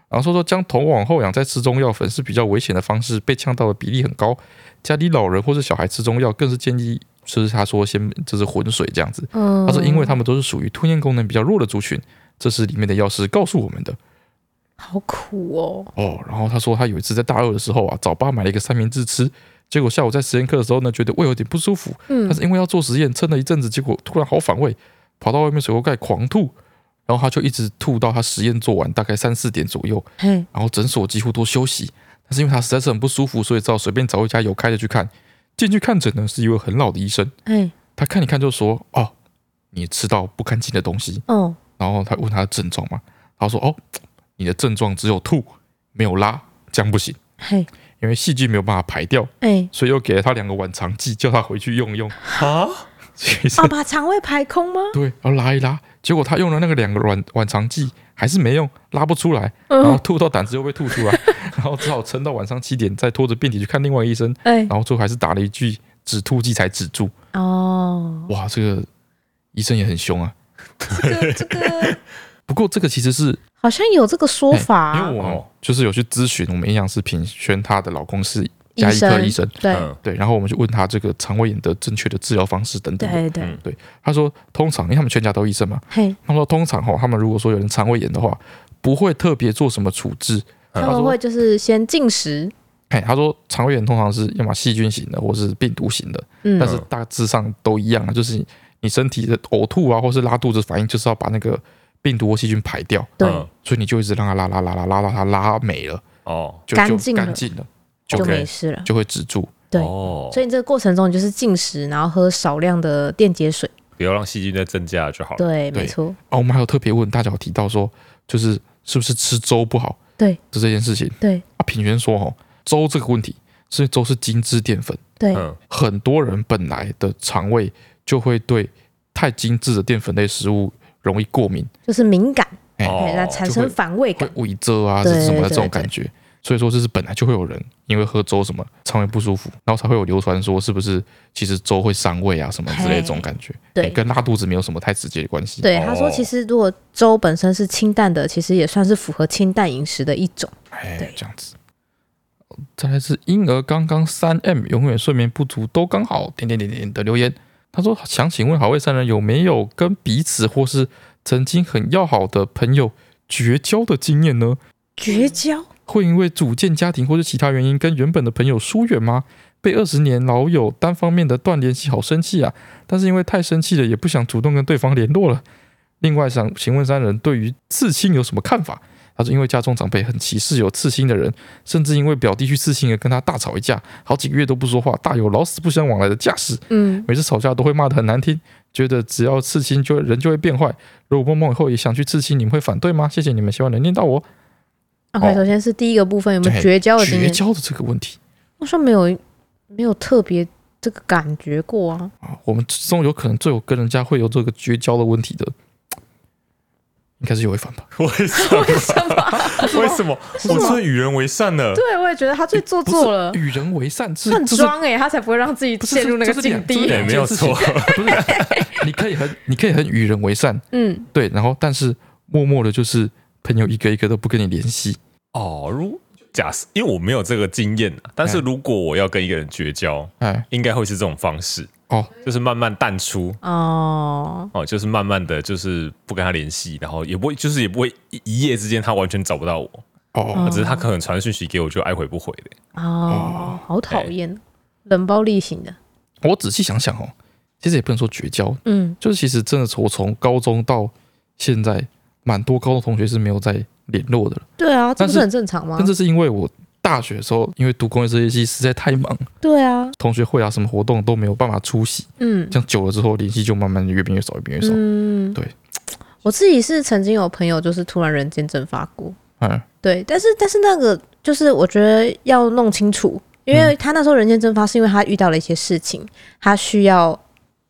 B: 然后说说将头往后仰再吃中药粉是比较危险的方式，被呛到的比例很高。家里老人或是小孩吃中药，更是建议，就是他说先就是浑水这样子。
A: 嗯
B: 他说，因为他们都是属于吞咽功能比较弱的族群，这是里面的药师告诉我们的。
A: 好苦哦，
B: 哦，然后他说他有一次在大二的时候啊，早八买了一个三明治吃，结果下午在实验课的时候呢，觉得胃有点不舒服，
A: 嗯
B: 但是因为要做实验，撑了一阵子，结果突然好反胃，跑到外面水锅盖狂吐，然后他就一直吐到他实验做完，大概三四点左右，
A: 嘿，
B: 然后诊所几乎都休息，但是因为他实在是很不舒服，所以只好随便找一家有开的去看。进去看诊呢，是一位很老的医生，
A: 嘿，
B: 他看一看就说：“哦，你吃到不干净的东西。”
A: 哦，
B: 然后他问他的症状嘛，他说：“哦，你的症状只有吐，没有拉，这样不行，
A: 嘿，
B: 因为细菌没有办法排掉，
A: 哎，
B: 所以又给了他两个晚肠剂，叫他回去用一 用。
C: 啊，
B: 其实、
A: 啊，把肠胃排空吗？
B: 对，然后拉一拉，结果他用了那个两个晚晚肠剂还是没用，拉不出来，然后
A: 嗯，
B: 吐到胆汁又被吐出来， 然后只好撑到晚上七点，再拖着便体去看另外医生，
A: 哎，
B: 然后最后还是打了一句止吐剂才止住。
A: 哦，
B: 哇，这个医生也很凶啊。
A: 这个这个
B: 不过这个其实是
A: 好像有这个说法，
B: 因为我就是有去咨询我们营养师品轩，她的老公是牙医科
A: 生
B: 医生，
A: 对
C: 嗯，
B: 对，然后我们就问他这个肠胃炎的正确的治疗方式等等的。
A: 对对，
C: 嗯
B: 他说，通常因为他们全家都医生嘛，
A: 嘿，
B: 他说通常哈、他们如果说有人肠胃炎的话，不会特别做什么处置。
A: 他
B: 他
A: 们
B: 说
A: 会就是先进食，
B: 嘿，他说肠胃炎通常是要么细菌型的，或是病毒型的，
A: 嗯
B: 但，是大致上都一样啊，就是你身体的呕吐啊，或是拉肚子反应，就是要把那个病毒或细菌排掉，
A: 对
C: 嗯，
B: 所以你就一直让它拉拉拉拉拉拉它拉没了，
C: 哦，
B: 就
A: 干
B: 就
A: 净了
B: 干净了，
A: 就
C: OK
A: 没事了。
B: 就会止住。
A: 对
C: 哦
A: 所以你这个过程中，你就是进食，然后喝少量的电解水。
C: 不要让细菌再增加就好了。
A: 对，
B: 对
A: 没错，
B: 哦，我们还有特别问大家有提到说，就是是不是吃粥不好？
A: 对，
B: 就这件事情
A: 对
B: 啊，品源说哦，粥这个问题，是粥是精致淀粉，
A: 对，
C: 嗯，
B: 很多人本来的肠胃就会对太精致的淀粉类食物容易过敏，
A: 就是敏感，
B: 哎
A: 哎，那
C: 哦，
A: 产生反胃
B: 会
A: 感。
B: 胃遮啊，
A: 对
B: 是什么
A: 对
B: 的这种
A: 对
B: 感觉。所以说，就是本来就会有人因为喝粥什么肠胃不舒服，然后才会有流传说是不是其实粥会伤胃啊什么之类的这种感觉，
A: 对
B: 哎跟拉肚子没有什么太直接的关系。
A: 对，
C: 哦
A: 他说，其实如果粥本身是清淡的，其实也算是符合清淡饮食的一种。
B: 哎
A: 对，
B: 这样子。再来是婴儿刚刚三 M，永远睡眠不足都刚好点点点点的留言，他说想请问好味三人有没有跟彼此或是曾经很要好的朋友绝交的经验呢？
A: 绝交，
B: 会因为组建家庭或是其他原因跟原本的朋友疏远吗？被二十年老友单方面的断联系，好生气啊！但是因为太生气了，也不想主动跟对方联络了。另外想请问三人对于刺青有什么看法？他说，因为家中长辈很歧视有刺青的人，甚至因为表弟去刺青而跟他大吵一架，好几个月都不说话，大有老死不相往来的架势。
A: 嗯，
B: 每次吵架都会骂得很难听，觉得只要刺青就人就会变坏。如果梦梦以后也想去刺青，你们会反对吗？谢谢你们，希望能念到我。
A: OK，
B: 哦
A: 首先是第一个部分，有没有
B: 对
A: 绝交的经
B: 绝
A: 验？
B: 交的这个问题。
A: 我说没有，没有特别这个感觉过啊。
B: 啊，我们之中有可能最有跟人家会有这个绝交的问题的，应该是有一番吧。
C: 为什么？
A: 什么？
C: 为什么？我真的与人为善呢？
A: 对，我也觉得他最做作了
B: 不。是与人为善是
A: 他很
B: 这是
A: 装哎、他才不会让自己
B: 不是
A: 陷入那个
B: 这是
A: 境
B: 两啊
A: 地
B: 这。是
C: 对，
B: 两
C: 没有
B: 件事情
C: 错。
B: 不是？你 可以很你可以很与人为善，
A: 嗯，
B: 对，然后但是默默的就是朋友一个一个都不跟你联系，
C: 哦，如假设，因为我没有这个经验啊，但是如果我要跟一个人绝交，
B: 哎，
C: 应该会是这种方式，
B: 哦，
C: 就是慢慢淡出。
A: 哦，
C: 哦，就是慢慢的就是不跟他联系，然后也不会，就是也不会一一夜之间他完全找不到我，啊
B: 哦，
C: 只是
A: 嗯
C: 他可能传讯息给我，就爱回不回
B: 哦
C: 的。
A: 哦，好讨厌，冷暴力型的。
B: 我仔细想想哦，其实也不能说绝交，
A: 嗯，
B: 就是其实真的我从高中到现在，蛮多高中同学是没有在联络的了。
A: 对啊，这
B: 但
A: 不
B: 是
A: 是很正常吗
B: 但？这是因为我大学的时候，因为读工业设计系实在太忙，
A: 对啊，
B: 同学会啊什么活动都没有办法出席，
A: 嗯
B: 这样久了之后联系就慢慢越变越少，越变越少。
A: 嗯，
B: 对。
A: 我自己是曾经有朋友就是突然人间蒸发过，
B: 嗯，
A: 对，但是但是那个就是我觉得要弄清楚，因
C: 嗯
A: 为他那时候人间蒸发是因为他遇到了一些事情，他需要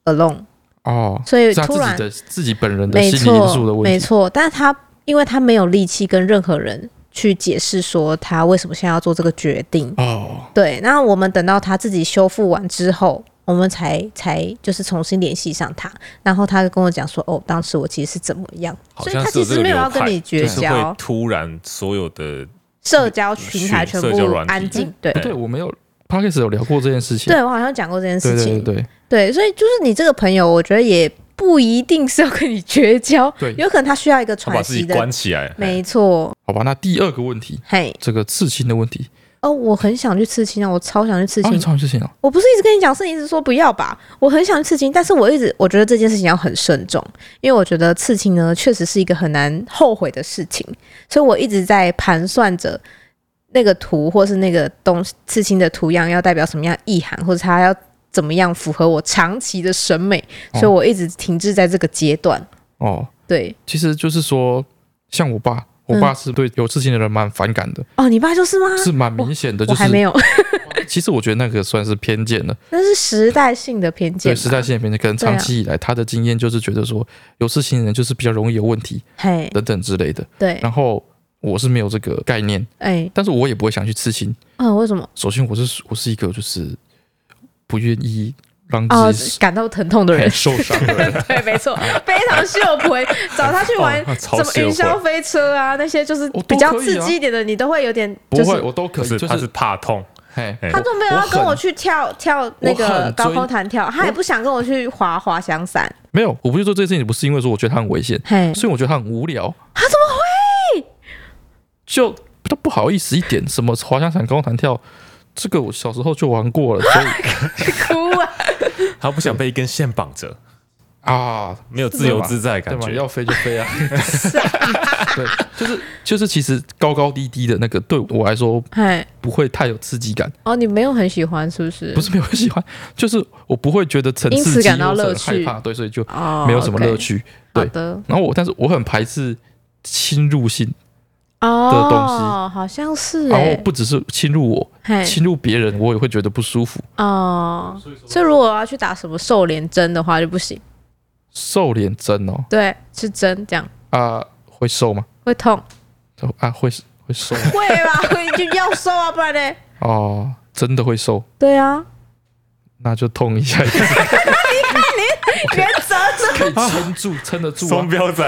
A: alone，
B: 哦，
A: 所以
B: 是他
A: 突然
B: 自己的自己本人的
A: 没
B: 心理因素
A: 错
B: 的
A: 没
B: 问题。
A: 错，但是他因为他没有力气跟任何人去解释说他为什么现在要做这个决定，
B: 哦，
A: 对，那我们等到他自己修复完之后，我们才才就是重新联系上他，然后他就跟我讲说，哦，当时我其实是怎么样，
C: 好
A: 所以
C: 像
A: 他
C: 是
A: 其
C: 有这
A: 实
C: 个
A: 没有
C: 流
A: 要跟
C: 派
A: 你绝
C: 就是会
A: 交，
C: 突然所有的
A: 社交平台全
C: 社交
A: 部
C: 软体
A: 安静，对
B: 不对，我们有 p o d c a s 有聊过这件事情。
A: 对，我好像讲过这件
B: 对
A: 事
B: 对
A: 情，
B: 对对，
A: 对，所以就是你这个朋友，我觉得也不一定是要跟你绝交，
B: 对
A: 有可能他需要一个
C: 他
A: 喘
C: 把自己
A: 息的
C: 关，起来，哎
A: 没错，
B: 好吧。那第二个问题，
A: 嘿，
B: 这个刺青的问题，
A: 哦，我很想去刺青啊，我超想去刺
B: 啊，
A: 青
B: 你，超事情啊，
A: 我不是一直跟你讲，是你一直说不要吧？我很想去刺青，但是我一直我觉得这件事情要很慎重，因为我觉得刺青呢确实是一个很难后悔的事情，所以我一直在盘算着那个图或是那个东西刺青的图样要代表什么样意涵，或者它要怎么样符合我长期的审美，
B: 哦
A: 所以我一直停滞在这个阶段。
B: 哦，
A: 对，
B: 其实就是说，像我爸，我
A: 嗯
B: 爸是对有刺青的人蛮反感的，
A: 哦，你爸就是吗？
B: 是蛮明显的。
A: 我
B: 就
A: 还没
B: 是
A: 有，
B: 其实我觉得那个算是偏见了，
A: 那是时代性的偏见
B: 对
A: 吧。
B: 时代性的偏见。可能
A: 对啊
B: 长期以来他的经验就是觉得说，有刺青的人就是比较容易有问题
A: 嘿，
B: 等等之类的。
A: 对，
B: 然后我是没有这个概念，
A: 哎，
B: 但是我也不会想去刺青。
A: 嗯，为什么？
B: 首先，我是我是一个就是不愿意让
A: 哦
B: 自，己
A: 感到疼痛的人
B: 很。 受伤的人。
A: 对，没错，非常秀 婆。找他去玩
C: 哦
A: 什
C: 超
A: 么云
C: 秀
A: 霄
C: 婆
A: 飞车啊，那些就是
B: 我都
A: 比较
B: 可以
A: 刺
B: 啊
A: 激一点的，你都会有点
B: 不
A: 就
B: 会，
A: 是。
B: 我都可
C: 不
B: 以，
C: 是
B: 就
C: 他是
B: 是
C: 怕痛，
B: 嘿，
C: 哎
A: 他都没有
B: 我
A: 要跟我
B: 很
A: 去跳跳那
B: 我
A: 个
B: 很
A: 高
B: 追
A: 空弹跳，他也
B: 我
A: 不想跟我去滑滑翔伞。
B: 没有，我不是做这件事情，不是因为说我觉得它很危险，
A: 嘿，
B: 所以我觉得它很无聊，
A: 他怎么
B: 就比较不好意思一点。什么滑翔伞、高空弹跳，这个我小时候就玩过了，所 以
A: 哭啊？
C: 他不想被一根线绑着，
B: 啊，
C: 没有自由自在
B: 对
C: 的感
B: 嘛，
C: 觉。
B: 要飞就飞啊。 对，就是就是，其实高高低低的那个对我来说
A: 嘿，
B: 不会太有刺激感，
A: 哦，你没有很喜欢是不是？
B: 不是没有很喜欢，就是我不会觉得很
A: 因此
B: 刺激，
A: 感到
B: 我
A: 乐
B: 很
A: 趣
B: 害怕，对，所以就
A: 哦，
B: 没有什么
A: OK
B: 乐。趣。
A: 好
B: 对
A: 的，
B: 然后我，但是我很排斥侵入性，的东西
A: 哦，好像是
B: 然后
A: 哎，
B: 不只是侵入我，
A: 嘿，
B: 侵入别人，我也会觉得不舒服。
A: 哦，所以如果我要去打什么瘦脸针的话就不行，
B: 瘦脸针哦，
A: 对，是针这样
B: 啊，会瘦吗？
A: 会痛。
B: 啊，会会瘦
A: 会 吧，会就要瘦啊，不然呢？
B: 哦，真的会瘦，
A: 对啊，
B: 那就痛一下，
A: 原则是
B: 可以撑住，撑得住
C: 双
B: 啊。
C: 标仔，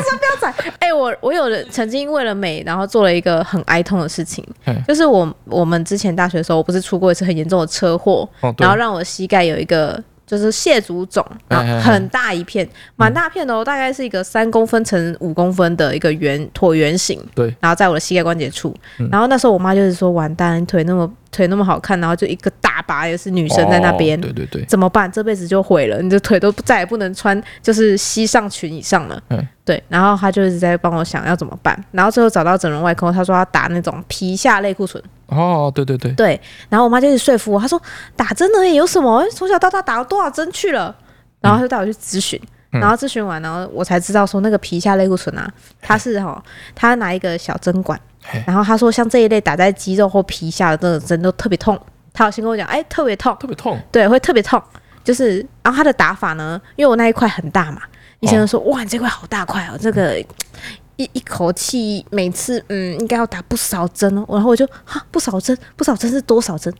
A: 哎、我我有人曾经为了美，然后做了一个很哀痛的事情
B: 嗯，
A: 就是我我们之前大学的时候，我不是出过一次很严重的车祸，
B: 哦，对
A: 然，后让我膝盖有一个。就是蟹足肿，
B: 哎
A: 然
B: 哎哎
A: 后很大一片，蛮大片的哦，大概是一个三公分乘五公分的一个圆椭圆形，
B: 对，
A: 然后在我的膝盖关节处
B: 嗯。
A: 然后那时候我妈就是说，完蛋，腿那么腿那么好看，然后就一个大疤，也是女生在那边，
B: 哦对对对，
A: 怎么办？这辈子就毁了，你的腿都再也不能穿，就是膝上裙以上了。
B: 嗯
A: 对。然后他就一直在帮我想要怎么办，然后最后找到整容外科，他说要打那种皮下类固醇。
B: 哦，对对对，
A: 对。然后我妈就一直说服我，她说打针而已，有什么？从小到大打了多少针去了？然后她就带我去咨询。
B: 嗯
A: 然后咨询完，然后我才知道说那个皮下类固醇啊，它是哈、他拿一个小针管
B: 嘿，
A: 然后他说像这一类打在肌肉或皮下的这种针都特别痛，他有先跟我讲，哎，特别痛，
B: 特别痛，
A: 对，会特别痛。就是，然后它的打法呢，因为我那一块很大嘛，医生就说：“哇，你这块好大块哦，这个一一口气每次嗯应该要打不少针哦。”然后我就哈不少针，不少针是多少针？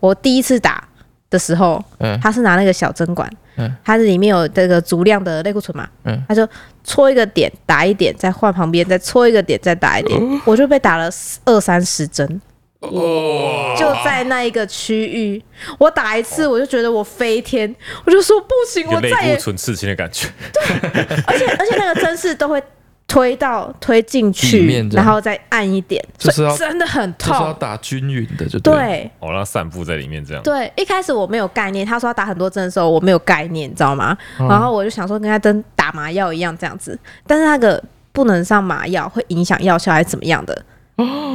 A: 我第一次打的时候，
B: 嗯
A: 他是拿那个小针管，
B: 嗯
A: 它是里面有这个足量的类固醇嘛，
B: 嗯
A: 他就戳一个点打一点，再换旁边，再戳一个点再打一点，
B: 哦
A: 我就被打了二三十针。
B: 哇
A: 就在那一个区域，我打一次我就觉得我飞天，我就说不行，
C: 有
A: 我
C: 类
A: 再
C: 固
A: 也，
C: 醇刺青的感觉，
A: 而且而且那个针是都会推到推进
B: 里
A: 去
B: 面，这样
A: 然后再按一点，
B: 就
A: 所
B: 是要
A: 以真的很
B: 就是要
A: 痛。
B: 打均匀的，就了
A: 对
C: 哦，让它散布在里面这样。
A: 对，一开始我没有概念，他说要打很多针的时候我没有概念，你知道吗？
B: 嗯
A: 然后我就想说跟他针打麻药一样这样子，但是那个不能上麻药，会影响药效还是怎么样的。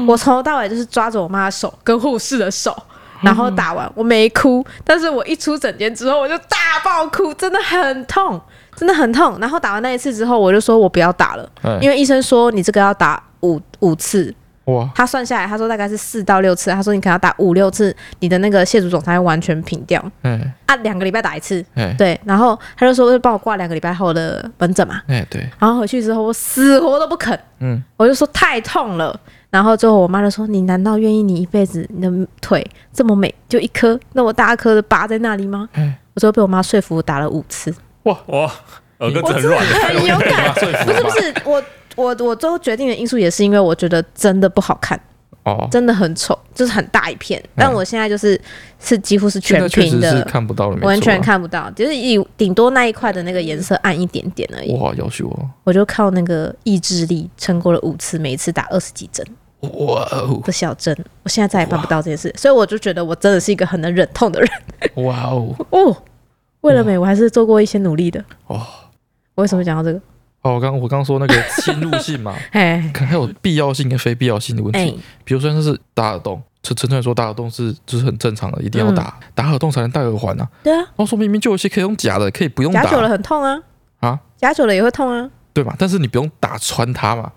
A: 我从头到尾就是抓着我妈的手跟护士的手，然后打完我没哭，但是我一出诊间之后我就大爆哭，真的很痛，真的很痛。然后打完那一次之后，我就说我不要打了，
B: 哎
A: 因为医生说你这个要打五五次，
B: 哇，
A: 他算下来，他说大概是四到六次，他说你可能要打五六次，你的那个蟹足肿才会完全平掉
B: 哎
A: 啊，两个礼拜打一次，
B: 哎
A: 对，然后他就说会帮我挂两个礼拜后的门诊嘛，
B: 哎，对，
A: 然后回去之后我死活都不肯，
B: 嗯，
A: 我就说太痛了，然后最后我妈就说你难道愿意你一辈子你的腿这么美就一颗那么大颗的疤在那里吗？
B: 哎，
A: 我最后被我妈说服打了五次，
C: 哇，耳根子很
A: 我
C: 软，
A: 真的很勇敢，
B: 说 服
A: 不是不
B: 吧
A: 是我。我我最后决定的因素也是因为我觉得真的不好看，
B: 哦，
A: 真的很丑，就是很大一片。但我现在就是是几乎是
B: 现
A: 全
B: 在嗯确
A: 屏
B: 实是
A: 的，
B: 看不到了，没错啊
A: 完全。看不到，就是以顶多那一块的那个颜色暗一点点而已。
B: 哇，要求哦，
A: 我就靠那个意志力撑过了五次，每一次打二十几针
B: 哇哦，
A: 的小针，我现在再也办不到这件事，所以我就觉得我真的是一个很能忍痛的人
B: 哇哦，
A: 哦。为了美，我还是做过一些努力的。
B: 哦，
A: 我为什么讲到这个？
B: 哦，我刚我刚 说那个侵入性嘛，
A: 哎
B: 可能还有必要性跟非必要性的问
A: 哎
B: 题。，比如说像是打耳洞，纯纯粹说打耳洞是就是很正常的，一定要
A: 嗯
B: 打、打耳洞才能戴耳环啊。
A: 对啊，
B: 然后说明明就有一些可以用假的，可以不用
A: 夹久了
B: 打，
A: 很痛啊，
B: 啊，
A: 夹久了也会痛啊，
B: 对吧？但是你不用打穿它嘛。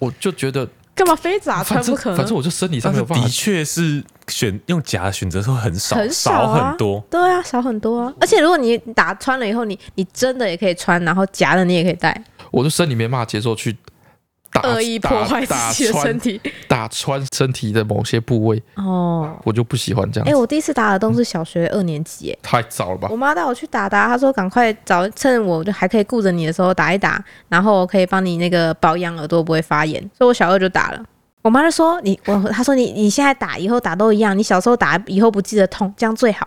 B: 我就觉得，
A: 干嘛非打穿
B: 反
A: 不
B: 正
A: 可呢？啊
B: 反正我就身体上
C: 但
B: 没有
C: 是
B: 办法
C: 的。确是选用假的选择会很少，
A: 很少
C: 少
A: 啊
C: 很多。
A: 对啊，少很多啊。而且如果你打穿了以后，你你真的也可以穿，然后夹了你也可以戴，
B: 我就身体没办法接受去打
A: 恶意破坏自己的身
B: 体
A: 体。
B: 打穿身体的某些部位，
A: 哦，
B: 我就不喜欢这样
A: 哎、
B: 子。
A: 我第一次打耳洞是小学二年级，哎，
B: 太早了吧
A: 我？妈带我去打啊打，她说赶快找趁我就还可以顾着你的时候打一打，然后我可以帮你那个保养耳朵不会发炎，所以我小二就打了。我妈就说你我，她说你你现在打以后打都一样，你小时候打以后不记得痛，这样最好，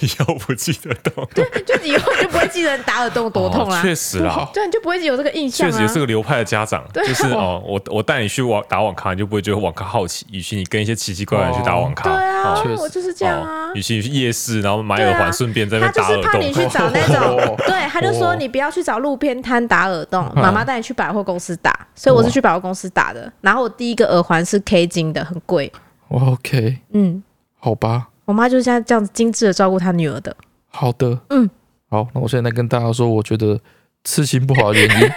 C: 以后不记得动，
A: 就以后就不会记得打耳洞多痛啦、啊
C: 哦确实啦，
A: 对，你就不会有这个印象
C: 确
A: 啊。
C: 实有这个流派的家长，就是哦，我我带你去网打网咖，你就不会觉得网咖好奇，与其你跟一些奇奇怪怪人去打网咖，
A: 对啊
B: 确，实
A: 我就是这样啊
C: 哦，。与其你去夜市，然后买
A: 对啊
C: 耳环，顺便在
A: 他
C: 那边
A: 就是
C: 打耳
A: 怕你
C: 洞，
A: 去找那种
B: 哦，
A: 对，他就说
B: 哦
A: 你不要去找路边摊打耳洞，
B: 嗯
A: 妈妈带你去百货公司打，所以我是
B: 哇
A: 去百货公司打的。然后我第一个耳环是 K 金的，很贵。
B: 我哦 OK，
A: 嗯，
B: 好吧，
A: 我妈就是像这样子精致的照顾她女儿的。
B: 好的，
A: 嗯，。
B: 好，那我现在跟大家说，我觉得刺青不好的原因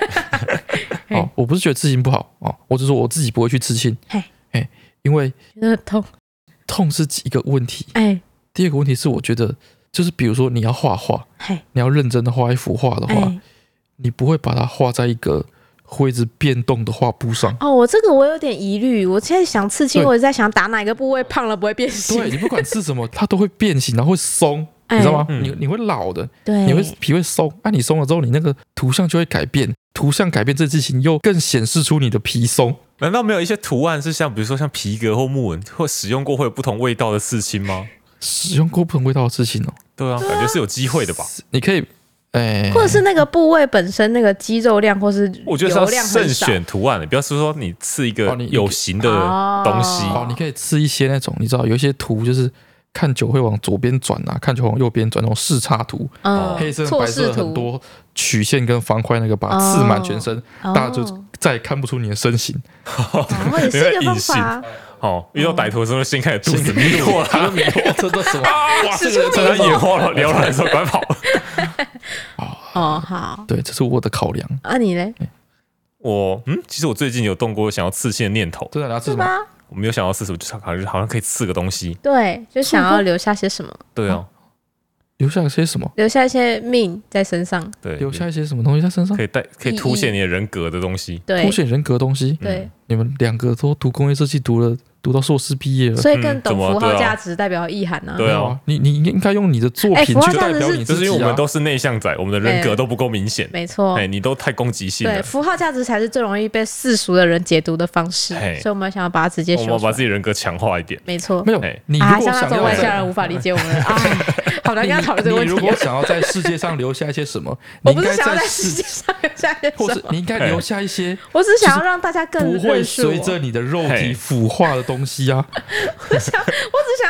B: 哦，我不是觉得刺青不好哦，我只是说我自己不会去刺青
A: 嘿，
B: 哎，因为
A: 觉得很痛，
B: 痛是一个问题，
A: 哎
B: 第二个问题是我觉得就是比如说你要画画，
A: 哎
B: 你要认真的画一幅画的话，
A: 哎！
B: 你不会把它画在一个会一直变动的画布上。
A: 哦，我这个我有点疑虑，我现在想刺青，
B: 对
A: 我也在想打哪个部位胖了不会变
B: 对
A: 形。
B: 你不管是什么，它都会变形，然后会松，
A: 哎
B: 你知道吗？
C: 嗯
B: 你你会老的，
A: 对，
B: 你会皮会松，那、你松了之后，你那个图像就会改变，图像改变这事情又更显示出你的皮松。
C: 难道没有一些图案是像比如说像皮革或木纹，或使用过会有不同味道的刺青吗？
B: 使用过不同味道的事情哦，
C: 对啊，感觉是有机会的吧？
B: 你可以，哎、
A: 或者是那个部位本身那个肌肉量，或是
C: 我觉得是
A: 油
C: 要
A: 量很
C: 慎
A: 少。
C: 选图案的，不要是说你刺一
B: 哦
C: 个
B: 你
C: 有形的东西，
B: 哦，你可以吃一些那种，你知道有一些图就是看久会往左边转啊，看久往右边转那种视差图，
C: 哦
A: 嗯，
B: 黑色、
A: 错
B: 白
A: 视
B: 色
A: 图
B: 很多曲线跟方块，那个把它刺满全身，
A: 哦
B: 大家就再也看不出你的身形。
A: 哦，也是 一个方法啊。
C: 哦，遇到歹徒的时候先开始肚
B: 嗯
C: 子迷 惑 了，
B: 迷惑，这都什么？哇，这个
C: 趁他眼花了缭乱的时候赶快跑。
A: 哦，好，
B: 对，这是我的考 量。
A: 啊，你嘞？
C: 我嗯，其实我最近有动过想要刺青的念头，
B: 真的，你要吃
A: 是
B: 什么？
A: 吧？
C: 我没有想要刺什么，就是好像好像可以刺个东西。
A: 对，就想要留下些什么，
C: 对啊，
B: 留下些什么？
A: 留下一些命在身上。
C: 对，
B: 留下一些什么东西在身上
C: 可？以带可以凸显你的人格的东西。
A: 对
C: 嗯
B: 凸显人格的东西。
A: 对，
B: 你们两个都读工业设计，读了读到硕士毕业了。
A: 所以更懂
C: 怎么
A: 符号
C: 对啊
A: 价值代表意涵啊。
C: 对
B: 没
C: 啊
B: 有，你你应该用你的作
A: 哎
B: 品
A: 符号
B: 去
A: 价
B: 代
A: 值
B: 表
A: 是
B: 你
C: 就
B: 自
C: 是因
B: 己
C: 为我
B: 啊。
C: 们都是内向仔，我们的人格
A: 哎
C: 都不够明显。
A: 没错。
C: 哎，你都太攻击性
A: 对，
C: 了，
A: 符号价值才是最容易被世俗的人解读的方式，
C: 嘿
A: 所以我们想要把它直接
C: 我
A: 修
C: 们要
A: 出
C: 把
A: 来。
C: 自己人格强化一点。
A: 没错，
B: 没有
C: 哎，
B: 你如
A: 啊，
B: 果
A: 像那
B: 想
A: 种
B: 要
A: 外
B: 在
A: 向人无法理解我们， 啊，好难跟他讨论这个
B: 你
A: 问
B: 如
A: 题
B: 果
A: 啊。
B: 想要在世界上留下一些什么，你
A: 我
B: 应
A: 不是
B: 该
A: 想要在世
B: 世
A: 界，上留下一些
B: 或
A: 什
B: 是
A: 么，
B: 你应该留下一些
A: 我只是想要让大家更
B: 不会
A: 认识我，我
B: 随
A: 只
B: 着你的肉体
C: 嘿
B: 腐化的东 西啊。
A: 想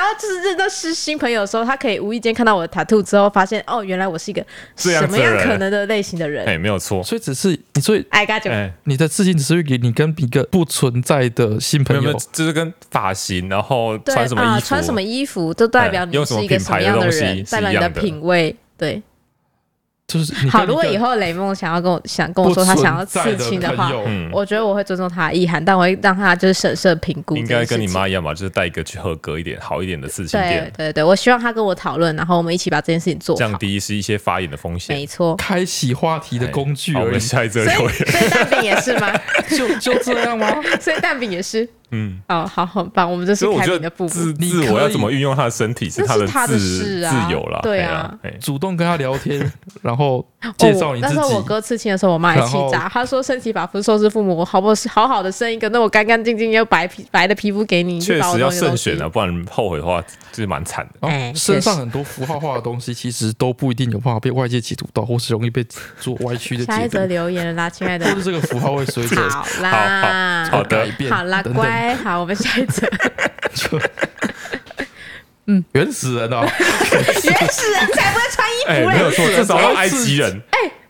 A: 要就是认到是新朋友的时候，他可以无意间看到我的 tattoo 之后，发现哦，原来我是一个
C: 这样
A: 什么
C: 子的
A: 样
C: 人
A: 可能的类型的人。
C: 哎，没有错。
B: 所以只是你，所以
A: 哎，嘎就
C: 哎，
B: 你的自信只是给你跟一个不存在的新
C: 没
B: 朋
C: 有没有
B: 友，，
C: 就是跟发型，然后
A: 对
C: 穿什么
A: 啊，
C: 衣服，
A: 穿什么衣服都代表
C: 哎
A: 你
C: 用什
A: 是
C: 么
A: 一个
C: 品
A: 什么
C: 牌的
A: 样
C: 东西
A: 人，
C: 是
A: 代表你
C: 一样的
A: 品味。对，
B: 就是你
A: 好，
B: 跟
A: 如果
B: 一个
A: 以后雷梦想要跟我想跟我
B: 不
A: 说他
B: 存
A: 想要
B: 在
A: 刺青
B: 的
A: 话
B: 朋，友
C: 嗯，
A: 我觉得我会尊重他的意涵，但我会让他就是审慎评估。
C: 应该跟你。妈一样吧，就是带一个去合格一点、好一点的刺青
A: 对
C: 店，
A: 对对，我希望他跟我讨论，然后我们一起把这件事情做
C: 降
A: 好。
C: 低是一些发炎的风险
A: 没。错，
B: 开启话题的工具
C: 好我
B: 而已
C: 们，下一则
A: 所
C: 留
A: 以
C: 言，
A: 所以蛋饼也是吗？
B: 就就这样吗？
A: 所以蛋饼也是。
C: 嗯，
A: 哦，好，很棒，我们这是
C: 所以我
A: 开
C: 觉
A: 饼的
C: 得
A: 部
C: 自
A: 分。
B: 你
C: 自
B: 可
C: 我要
B: 以
C: 怎么运用他的身体是
A: 那
C: 他
A: 是
C: 的
A: 他的事
C: 自
A: 啊
C: 自由啦，
A: 对
C: 哎
A: 啊
C: 呀，哎
B: 主动跟他聊天，然后介
A: 哦，
B: 绍
A: 我
B: 你
A: 那
B: 自
A: 时候我
B: 己，
A: 哥刺青的时候，我妈也
B: 然
A: 气
B: 后
A: 炸，她说：“身体把肤受之父母，我好不好好的生一个那么干干净净又白皮白的皮肤给你，你就
C: 确
A: 把我
C: 实
A: 当
C: 要
A: 一个东
C: 慎
A: 西
C: 选啊，不然后悔的话就是蛮惨的。
A: 哎
B: 然后哦身
A: 确
B: 上
A: 实
B: 很多符号化的东西，其实都不一定有办法被外界解读到，或是容易被做歪曲 的
A: 下一
B: 解
A: 则
B: 读，
A: 留言了啦，亲爱的
B: 或，是这个符号会随着
A: 好啦，
C: 好好好的
B: 改变
A: 好啦，
B: 等等
A: 乖，好，我们下一则
B: 就嗯，原始 人啊，
A: 原始人才不会穿衣
C: 哎，
A: 服
C: 没有
A: 嘞，
C: 错，至少要埃及人，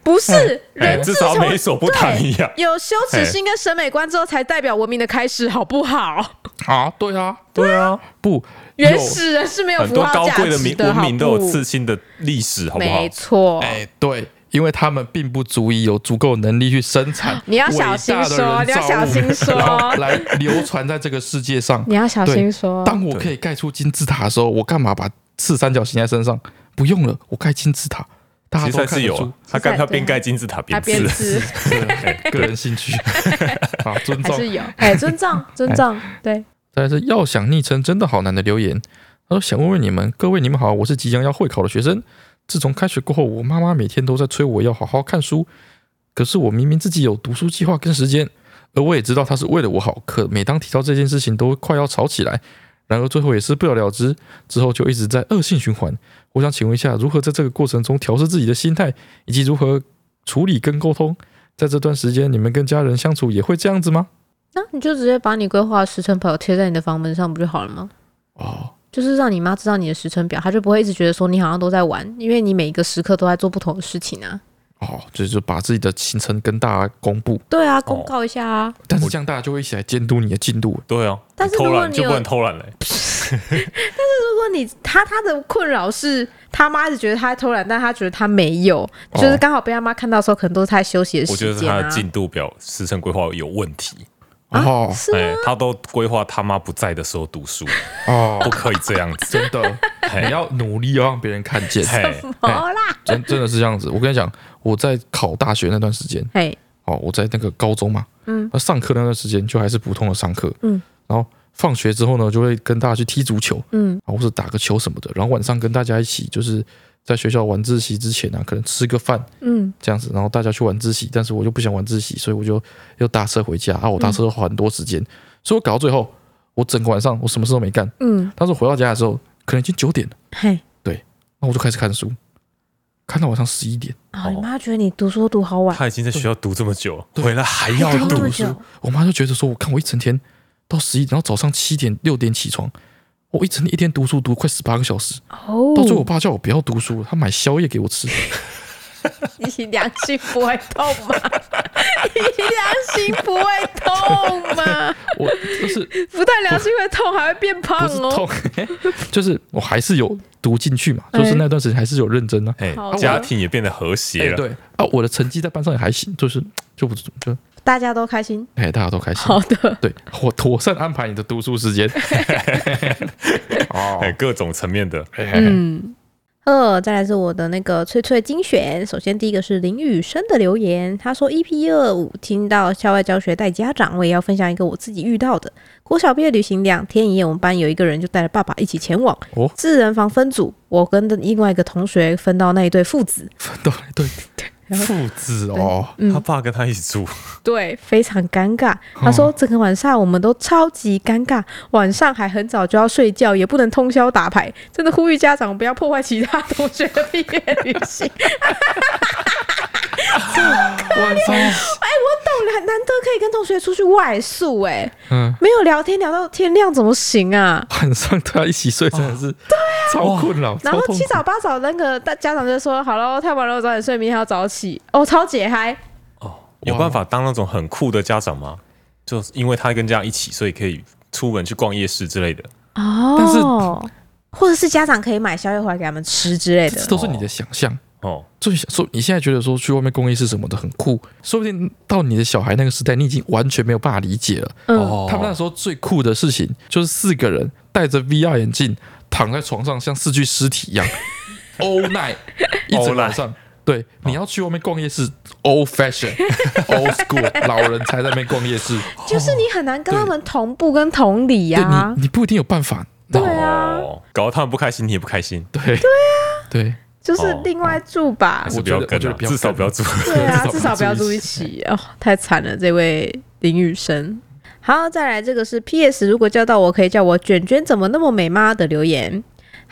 A: 不是
C: 哎，
A: 人
C: 至
A: 自
C: 少
A: 从
C: 美索不达米亚。
A: 有羞耻心跟审美观之后，才代表文明的开始，好不好？
B: 啊，对啊，
C: 对啊，
B: 不，
A: 原
B: 有
A: 始人是没有
C: 很
A: 符
C: 多
A: 号
C: 高
A: 价
C: 贵的
A: 值
C: 民
A: 的，
C: 文
A: 好
C: 明都有
A: 不
C: 刺青的历史，好不好
A: 没？错，
B: 哎，对，因为他们并不足以有足够能力去生产
A: 你要小心
B: 伟大的人
A: 说你要
B: 造物
A: 小心说
B: 然后来流传在这个世界上。
A: 你要小
B: 对
A: 心说。
B: 当我可以盖出金字塔的时候，我干嘛把刺三角形在身上？不用了，我盖金字塔，大家
C: 其实
B: 都
C: 还
B: 看
C: 是
B: 得
C: 有
B: 出
C: 啊，他
A: 其
C: 干
A: 实还
C: 他边盖金字塔
A: 他
C: 边哎
A: 边
C: 刺，
A: 吃
B: 个人 兴趣啊，尊
A: 还
B: 重。
A: 是有，哎，尊 重，尊重，
C: 哎
A: 对，
B: 但是要想昵称真的好难的留言，他说想问问你们，各位你们好，我是即将要会考的学生。自从开学过后，我妈妈每天都在催我要好好看书，可是我明明自己有读书计划跟时间，而我也知道她是为了我好，可每当提到这件事情，都快要吵起来。然而最后也是不了了之，之后就一直在恶性循环。我想请问一下，如何在这个过程中调试自己的心态，以及如何处理跟沟通？在这段时间，你们跟家人相处也会这样子吗？
A: 那你就直接把你规划的时程表贴在你的房门上不就好了吗？
B: 哦，
A: 就是让你妈知道你的时程表，她就不会一直觉得说你好像都在玩，因为你每一个时刻都在做不同的事情啊。
B: 哦，就是把自己的行程跟大家公布，
A: 对
C: 哦
A: 啊，公告一下啊。
B: 但是这样大家就会一起来监督你的进度。
C: 对啊，
A: 但是
C: 你
A: 如
C: 偷
A: 果
C: 懒
A: 你
C: 就不
A: 有啊
C: 能偷懒嘞。
A: 如果你他他的困扰是他妈是觉得他在偷懒，但他觉得他没有，就是刚好被他妈看到的时候，可能都是他在休息的
C: 哦我
A: 时
C: 觉得是
A: 间
C: 他
A: 啊
C: 的。进度表、时程规划有问题。
B: 哦
A: 是
C: 哎，他都规划他妈不在的时候读 书，不
B: 哦，
C: 可以这样子。哎
B: 真 的，
C: 嘿
B: 你要努力要让别人看见，
C: 嘿，
A: 好啦，
B: 真真的是这样子。我跟你讲，我在考大学那段时间，
C: 哎
A: 嘿，
B: 哦，我在那个高中嘛，
A: 嗯，
B: 那上课那段时间就还是普通的上课，
A: 嗯，
B: 然后放学之后呢，就会跟大家去踢足球，
A: 嗯，
B: 啊，或是打个球什么的，然后晚上跟大家一起就是在学校晚自习之前啊，可能吃个饭，
A: 嗯，
B: 这样子，然后大家去晚自习，但是我就不想晚自习，所以我就又搭车回家啊，我搭车花很多时间，所以我搞到最后，我整个晚上我什么事都没干，
A: 嗯，
B: 但是我回到家的时候可能已经九点了，
A: 嘿。
B: 那我就开始看书，看到晚上十一点，
A: 啊、你妈觉得你读书读好晚，
C: 他已经在学校读这么久，回来还要
A: 还读这
C: 读
A: 么
B: 书
A: 久，
B: 我妈就觉得说，我看我一整天到十一点，然后早上七点六点起床，我一整天一天读书读快十八个小时，
A: 哦
B: 到最后我爸叫我不要读书了，他买宵夜给我吃。
A: 你良心不会痛吗？你良心不会痛 吗？
B: 我就是
A: 不但良心会痛，还会变胖
B: 不是
A: 哦。
B: 痛， 就是我还是有读进去嘛，就是那段时间还是有认真啊。
C: 哎
A: 好，的
C: 家庭也变得和谐
B: 哎，
C: 了。
B: 对啊，我的成绩在班上也还行，就是就不就
A: 大家都开心，
B: 哎，大家都开心。
A: 好的，
B: 对我妥善安排你的读书时间。哦
C: 哎，各种层面的，
B: 嘿嘿嘿
A: 嗯。二，再来是我的那个翠翠精选。首先第一个是林雨生的留言，他说 EP 二五听到校外教学带家长，我也要分享一个我自己遇到的。国小毕业旅行两天一夜，我们班有一个人就带着爸爸一起前往
B: 哦
A: 四人房分组，我跟另外一个同学分到那一对父子，
B: 分到来对父子哦，
A: 嗯
C: 他爸跟他一起住，
A: 对，非常尴尬。他说整个晚上我们都超级尴尬，晚上还很早就要睡觉，也不能通宵打牌，真的呼吁家长不要破坏其他同学的毕业旅行。
B: 晚上
A: 哎、我懂了，难得可以跟同学出去外宿、哎，
B: 嗯，
A: 没有聊天聊到天亮怎么行啊？
B: 晚上大家一起睡真的是超困扰，
A: 然后
B: 超痛
A: 七
B: 苦
A: 早八早那个大家长就说：“好了，太晚了，我早点睡，明天要早起。”哦，超解嗨，
C: 有办法当那种很酷的家长吗？就是因为他跟家长一起，所以可以出门去逛夜市之类的。
A: 哦，或者是家长可以买宵夜回来给他们吃之类
B: 这
A: 的。
B: 都是你的想象。
C: 哦，
B: 就想说，你现在觉得说去外面公益是什么的很酷，说不定到你的小孩那个时代，你已经完全没有办法理解了。
A: 嗯，
C: 哦
B: 他们那时候最酷的事情就是四个人戴着 VR 眼镜躺在床上，像四具尸体 一样，all night 一整晚上。对，你要去外面逛夜市，old fashion old school，老人才在那边逛夜市。
A: 就是你很难跟他们同步跟同理呀、
B: 对你，你不一定有办法。
A: 对
B: 然后
A: 啊，
C: 哦，搞得他们不开心，你也不开心，
B: 对对啊，对，
A: 就是另外住吧
C: 还。
B: 哦
C: 是
B: 我
C: 不
B: 觉
C: 要
B: 得
C: 跟
B: 我觉
C: 啊
B: 得，不要
C: 至少
B: 跟
C: 不要住。
A: 对 啊， 至
B: 至
A: 少
B: 少
A: 不
B: 不
A: 要
B: 要
A: 住
B: 住
A: 一
B: 一
A: 起哦，太惨了，这位林雨生。好，再来这个是 P.S. 如果叫到我，可以叫我卷卷，怎么那么美吗的留言。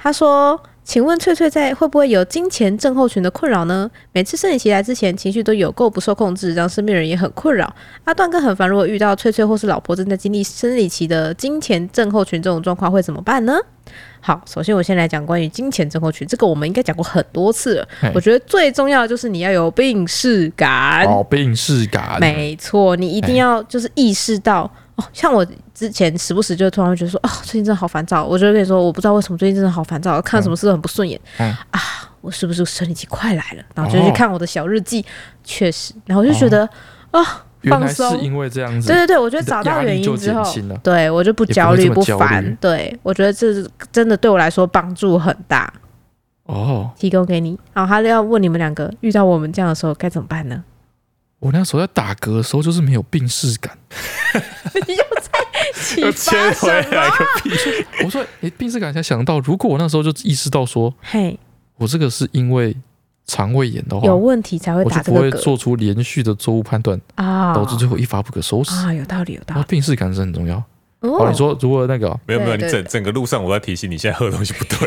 A: 他说：“请问翠翠在会不会有金钱症候群的困扰呢？每次生理期来之前，情绪都有够不受控制，让身边人也很困扰。阿段更很烦，如果遇到翠翠或是老婆正在经历生理期的金钱症候群这种状况，会怎么办呢？”好，首先我先来讲关于金钱症候群，这个我们应该讲过很多次了。
B: 嘿
A: 我觉得最重要的就是你要有病视感，
B: 好病哦视感，
A: 没错，你一定
B: 哎
A: 要就是意识到。哦，像我之前时不时就突然会觉得说，哦，最近真的好烦躁。我就会跟你说，我不知道为什么最近真的好烦躁，看什么事都很不顺眼、
B: 嗯
A: 啊。我是不是生理期快来了？然后就去
B: 哦
A: 看我的小日记，确实，然后我就觉得，哦，
B: 原
A: 放
B: 来是
A: 松
B: 因为这样
A: 对
B: 子，
A: 对对，我觉得
B: 你的
A: 找到
B: 压力
A: 原因
B: 就
A: 之
B: 减
A: 后
B: 轻了，
A: 对我就不
B: 也不会
A: 焦虑
B: 这么
A: 不
B: 焦
A: 烦
B: 虑。
A: 对我觉得这是真的对我来说帮助很大，
B: 哦，
A: 提供给你。好，他要问你们两个，遇到我们这样的时候该怎么办呢？
B: 我那时候在打嗝的时候，就是没有病视感。
A: 你又在启
C: 又
A: 发
C: 牵
A: 什
C: 回来
A: 么？
C: 个屁！
B: 我说，诶，病视感才想到，如果我那时候就意识到说，
A: 嘿，
B: 我这个是因为肠胃炎的话，
A: 有问题才会
B: 我就
A: 打这
B: 不会
A: 个嗝
B: 做出连续的错误判断，
A: 啊，
B: 导致最后一发不可收拾。
A: 啊，有道理，有道
B: 然后
A: 理。
B: 病视感是很重要。
A: 哦
B: 哦，你说如果那个哦
C: 没有没有，
A: 对
C: 你
A: 对
C: 整
A: 对
C: 整个路上我在提醒你，现在喝的东西不对。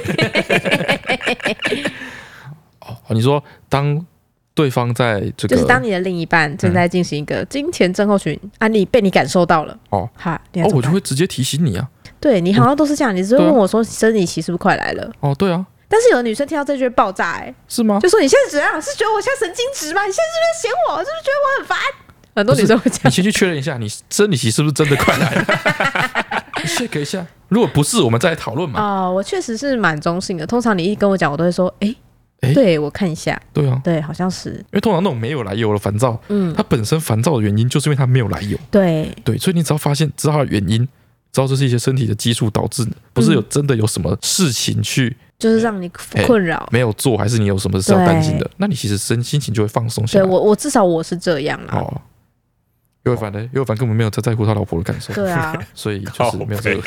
B: 哦，你说当对方在这
A: 就是当
B: 个哦嗯
A: 你的另一半正在进行一个金钱症候群案例，被你感受到了，
B: 哦
A: 好，你要
B: 哦，
A: 怎么
B: 我就
A: 办
B: 会直接提醒你啊。
A: 对你好像都是这样，你只会
B: 对啊
A: 问我说生理期是不是快来了？
B: 哦，对啊，
A: 但是有的女生听到这句会爆炸，哎，
B: 是吗？
A: 就说你现在怎样？是觉得我现在神经质吗？你现在是不是嫌我？是不是觉得我很烦？很多
B: 不是
A: 女生会这
B: 你
A: 样，
B: 先去确认一下，你生理期是不是真的快来了 你？check 一下，如果不是，我们再来讨论嘛。
A: 哦，我确实是蛮中性的。通常你一跟我讲，我都会说，哎、
B: 诶
A: 对我看一下，
B: 对啊，
A: 对，好像是，
B: 因为通常那种没有来由的烦躁，
A: 嗯，
B: 它本身烦躁的原因就是因为它没有来由。
A: 对，
B: 对，所以你只要发现知道它的原因，知道这是一些身体的激素导致的，不
A: 嗯
B: 是有真的有什么事情去
A: 就是让你
B: 诶
A: 困扰。
B: 没有做，还是你有什么事要担心的，那你其实身心情就会放松下
A: 对
B: 来。
A: 我，我至少我是这样啊。
B: 哦，尤伟凡呢？尤伟凡根本没有在在乎他老婆的感受，
A: 对啊，
B: 所以就是没有这个。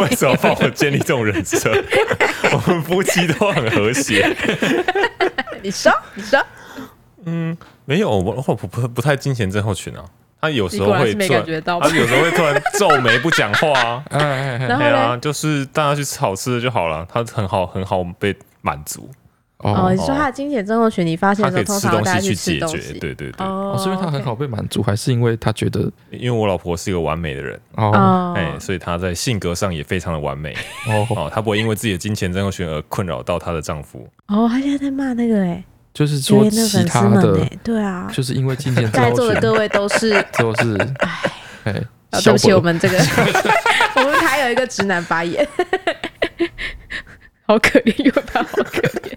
C: 为什么帮我建立这种 人设？我们夫妻都很和谐。
A: 你说，你说，
C: 嗯，没有，我我不不不太金钱症候群啊。他有
A: 你
C: 时候
A: 果然
C: 会
A: 是没
C: 突然
A: 感，觉到吧
C: 他？有时候会突然皱眉不讲话 啊。
B: 哎哎哎
A: 然后
C: 对
A: 呢
C: 啊，？就是大家去吃好吃的就好了，他很好很好被满足，
A: 哦，
B: 哦
A: 你，说他的经典症候群，你发现
C: 他
A: 的时
C: 可
A: 候，通
C: 以吃
A: 常
C: 东
A: 大家
C: 西去
A: 吃
C: 解
A: 东
C: 决，
A: 西。
C: 对对对，
A: 哦
B: 哦，是因为他很好被满足，还是因为他觉得
C: 因为我老婆是一个完美的人，
B: 哦
A: 哦
C: 哎，所以她在性格上也非常的完美
B: 哦，
C: 哦，她不会因为自己的金钱症候群而困扰到她的丈夫，
A: 哦，他现在在骂那个哎，
B: 就是
A: 留
B: 说
A: 言的
B: 其
A: 粉丝
B: 他
A: 们
B: 的
A: 哎，，对啊，
B: 就是因为金钱
A: 在
B: 症
A: 座
B: 候
A: 的
B: 群，
A: 各位都是，
B: 就是哎，
A: 哦对不起，
B: 小
A: 我
B: 本
A: 们 这个，我们还有一个直男发言， 好可怜，又他好可怜。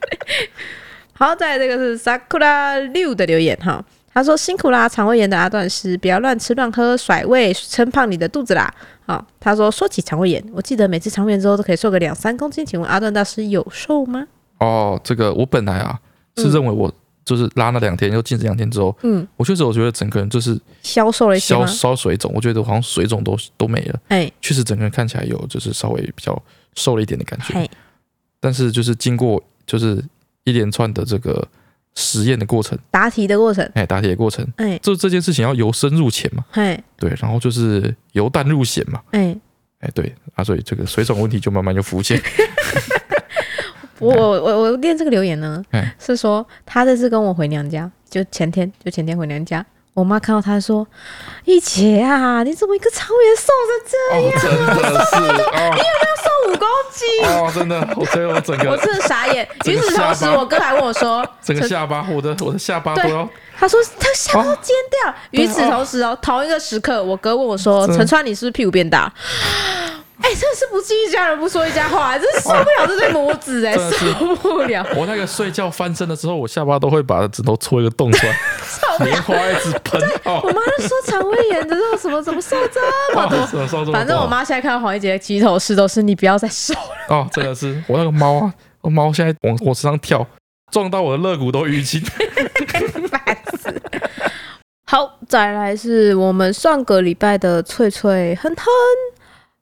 A: 好，再来这个是 Sakura 六的留言哈，他说辛苦啦，肠胃炎的阿段师，不要乱吃乱喝，甩胃撑胖你的肚子啦。好、他说说起肠胃炎，我记得每次肠胃炎之后都可以瘦个两三公斤，请问阿段大师有瘦吗？
B: 哦，这个我本来啊是
A: 嗯
B: 认为我就是拉那两天又禁止两天之后，
A: 嗯，
B: 我确实我觉得整个人就是
A: 消瘦了一些
B: 消
A: 吗？
B: 消水肿，我觉得好像水肿都都没了，
A: 哎，
B: 确实整个人看起来有就是稍微比较瘦了一点的感觉。
A: 嘿，
B: 但是就是经过就是一连串的这个实验的过程，
A: 答题的过程，
B: 哎，打铁的过程，
A: 哎，
B: 就这件事情要由深入浅嘛，
A: 嘿，
B: 对，然后就是由淡入显嘛，
A: 哎，
B: 哎，对啊，所以这个水肿问题就慢慢就浮现，
A: 我我我我念这个留言呢
B: 哎，
A: 是说他这次跟我回娘家，就前天就前天回娘家，我妈看到他说：“一姐啊，你怎么一个草原瘦成这
B: 哦，真的是哦
A: 样，瘦五公斤
B: 哦，真的，我觉得我 整？”
A: 我
B: 个
A: 真的傻眼。
B: 整
A: 与
B: 个
A: 此
B: 下
A: 同
B: 巴
A: 时，我哥还问我说：“
B: 整个
A: 陈
B: 下巴，我的我的下巴都
A: 对
B: 要
A: 他说他想要尖掉。与此
B: 哦对哦哦
A: 同时哦，同一个时刻，我哥问我说：“
B: 真的
A: 陈川，你是不是屁股变大？”哎、真的是不记一家人不说一家话，真是受不了这对母子哎、
B: 真的是
A: 受不了，
B: 我那个睡觉翻身的时候，我下巴都会把枕头戳一个洞 出来，
A: 受不了。
B: 棉花一直喷
A: 我
B: 哦。
A: 妈就说肠胃炎的，那什么怎么瘦这么多？
B: 么烧
A: 反正我妈现在看到黄一杰的起头式都是你不要再瘦了，
B: 哦，真的是我那个猫啊，我猫现在往我身上跳，撞到我的肋骨都淤青。
A: 烦死。 好，再来是我们上个礼拜的翠翠哼哼，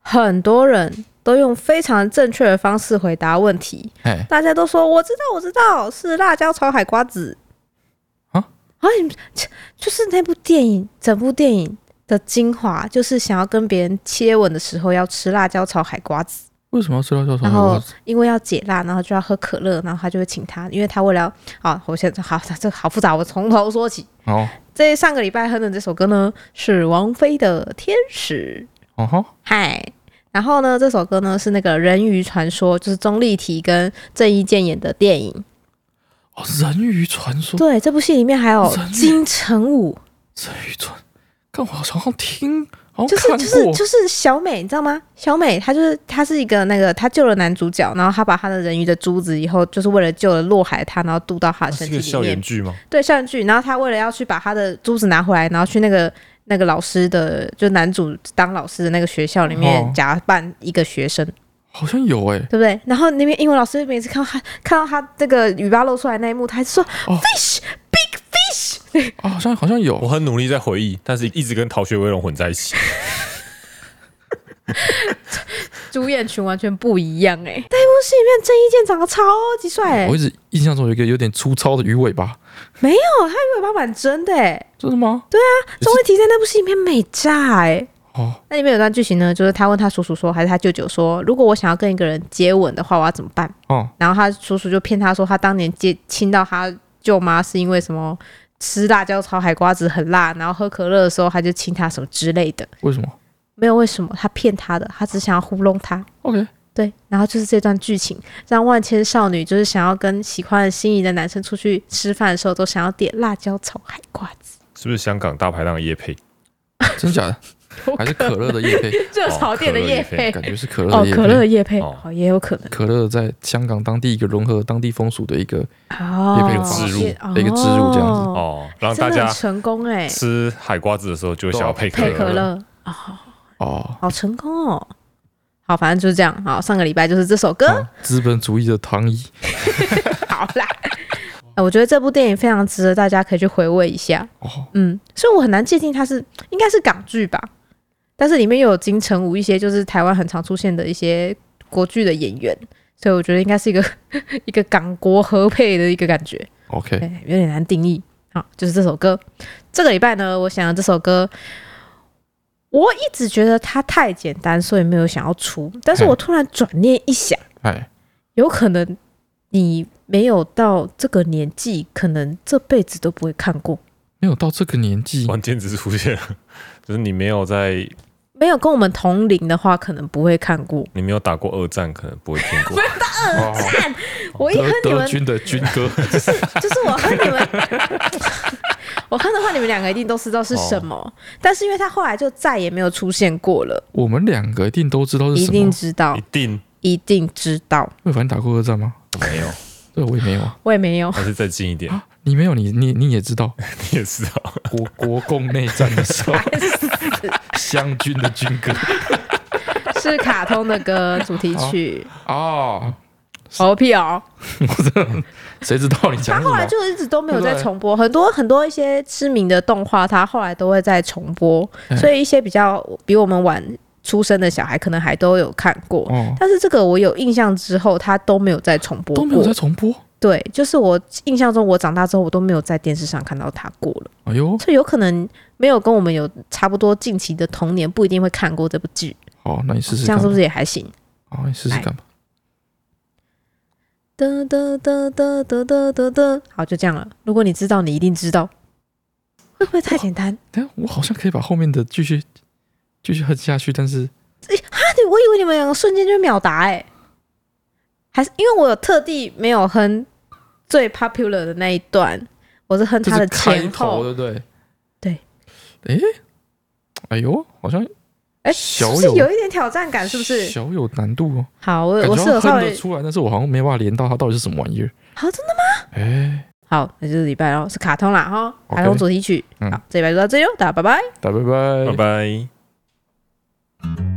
A: 很多人都用非常正确的方式回答问题，
B: 哎，
A: 大家都说我知道，我知道是辣椒炒海瓜子
B: 啊
A: 啊！你们切就是那部电影，整部电影的精华就是想要跟别人接吻的时候要吃辣椒炒海瓜子，
B: 为什么要睡到叫什
A: 然
B: 么
A: 后？因为要解辣，然后就要喝可乐，然后他就会请他，因为他为了要啊，我现在好，这个好复杂，我从头说起。
B: 哦
A: 这上个礼拜哼的这首歌呢是王菲的《天使》，
B: 哦吼，
A: 嗨。然后呢，这首歌呢是那个《人鱼传说》，就是钟丽缇跟郑伊健演的电影。
B: 哦，人鱼传说，
A: 对，这部戏里面还有
B: 人
A: 金城武，
B: 人鱼传，看我好像好像听，好
A: 就是
B: 像
A: 就
B: 看
A: 是
B: 过。
A: 就是小美，你知道吗？小美她就是她是一个那个，她救了男主角，然后她把她的人鱼的珠子以后，就是为了救了落海她，然后渡到她的
C: 啊是
A: 身
C: 一
A: 体
C: 个
A: 里
C: 校园
A: 面。
C: 剧吗？
A: 对，校园剧。然后她为了要去把她的珠子拿回来，然后去那个那个老师的，就男主当老师的那个学校里
B: 哦
A: 面假扮一个学生，
B: 好像有哎、
A: 对不对？然后那边英文老师每次看到她看到她这个尾巴露出来那一幕，他还说、
B: 哦
A: fish。
B: 哦，好像好像有
C: 我很努力在回忆，但是一直跟《逃学威龙》混在一起。
A: 主演群完全不一 样哎、这一部戏里面郑伊健长得超级帅哎、
B: 我一直印象中有一个有点粗糙的鱼尾巴，
A: 哦，他尾巴蛮真的哎、
B: 真的吗？
A: 钟丽缇在那部戏里面美炸哎、
B: 哦，
A: 那里面有段剧情呢，就是他问他叔叔说，还是他舅舅说，如果我想要跟一个人接吻的话，我要怎么办？
B: 哦，
A: 然后他叔叔就骗他说，他当年接亲到他舅妈是因为什么吃辣椒炒海瓜子很辣，然后喝可乐的时候他就亲他什么之类的，
B: 为什么
A: 没有为什么，他骗他的，他只想要糊弄他。
B: ？OK，
A: 对，然后就是这段剧情，让万千少女就是想要跟喜欢心仪的男生出去吃饭的时候，都想要点辣椒炒海瓜 子，
C: 是不是香港大排档的夜配？
B: 真假 的？还是可乐的叶配？
A: 热
C: 炒店的业配
B: 感觉是可乐
A: 哦
B: 的，叶
A: 可乐
B: 配。
A: 的叶配
C: 哦
A: 哦，也有可能
B: 可乐在香港当地一个融合当地风俗的一个
A: 哦，
B: 叶配
C: 的植入
A: 入
B: 一个植入这样子
A: 哦，
C: 哦，让
A: 真
C: 大
A: 的
C: 家
A: 很成功哎，
C: 吃海瓜子的时候就会想要配可
A: 配可
C: 乐。
A: 乐哦，
B: 哦，
A: 好成功哦。好，反正就是这样。好，上个礼拜就是这首歌。
B: 哦资本主义的糖衣。
A: 好啦， 呃我觉得这部电影非常值得大家可以去回味一下。
B: 哦，
A: 嗯，所以我很难界定它是应该是港剧吧，但是里面又有金城武一些就是台湾很常出现的一些国剧的演员，所以我觉得应该是一个 一个港国合配的一个感觉，
B: OK，
A: 对，有点难定义。好，就是这首歌。这个礼拜呢，我想要这首歌，我一直觉得它太简单，所以没有想要出，但是我
B: 嗯
A: 突然转念一想，
B: 哎，
A: 有可能你没有到这个年纪，可能这辈子都不会看过。
B: 没有到这个年纪，
C: 关键词出现了，就是你没有在，
A: 没有跟我们同龄的话，可能不会看过。
C: 你没有打过二战，可能不会听过。
B: 哦
A: 我一哼你
B: 德德
A: 们，
B: 军的军歌，
A: 就是我哼你们，我哼的话，你们两个一定都知道是什么。但是因为他后来就再也没有出现过了，
B: 我们两个一定都知道是
A: 一
B: 什
A: 定
B: 么。
A: 知道
C: 一，定
A: 一定知道。
B: 魏凡打过二战吗？
C: 没有，
B: 对，我也没 有啊。
A: 我也没有，
C: 还是再近一点，
B: 你没有，你你你也知道，
C: 你也知道。
B: 国国共内战 的时候，湘军的军歌
A: 是卡通的歌主题曲。
B: 哦，
A: 哦屁哦！
B: 谁知道你讲
A: 他
B: 什
A: 后来
B: 么？
A: 就一直都没有
B: 对
A: 在
B: 不对
A: 重播，很多很多一些知名的动画，他后来都会在重播，
B: 嗯
A: 所以一些比较比我们晚出生的小孩可能还都有看过。
B: 哦，
A: 但是这个我有印象之后，他都没有再重播
B: 都没有
A: 过
B: 在。重播。
A: 对，就是我印象中，我长大之后，我都没有在电视上看到他过了。
B: 哎呦，
A: 所以有可能没有跟我们有差不多近期的童年，不一定会看过这部剧，
B: 好，那你试试
A: 这
B: 看
A: 样
B: 吧。
A: 是不是也还行？
B: 好，你试试看吧。
A: 得得得得得得得得，好，就这样了。如果你知道，你一定知道。会不会太简单？啊
B: 等一哎下我好像可以把后面的继续继续哼下去，但是
A: 啊，对，我以为你们两个瞬间就秒答哎、还是因为我有特地没有哼最 popular 的那一段，我是哼
B: 这
A: 它
B: 是
A: 的
B: 开
A: 前
B: 头，
A: 后。
B: 对不对？
A: 对。
B: 哎，哎呦，好像
A: 哎、是
B: 小
A: 不
B: 有
A: 是有一点挑战感？是不是？
B: 小有难度哦？
A: 好，我
B: 感
A: 我
B: 觉
A: 是有
B: 要
A: 稍
B: 哼得
A: 微
B: 出来，但是我好像没办法连到它到底是什么玩意儿。
A: 好，真的吗？
B: 哎，
A: 好，那就是礼拜喽，是卡通啦哈，
B: OK
A: 卡通主题曲。
B: 嗯
A: 好，这礼拜就到这里哦，大家拜拜。
B: 大家拜拜
C: 拜拜。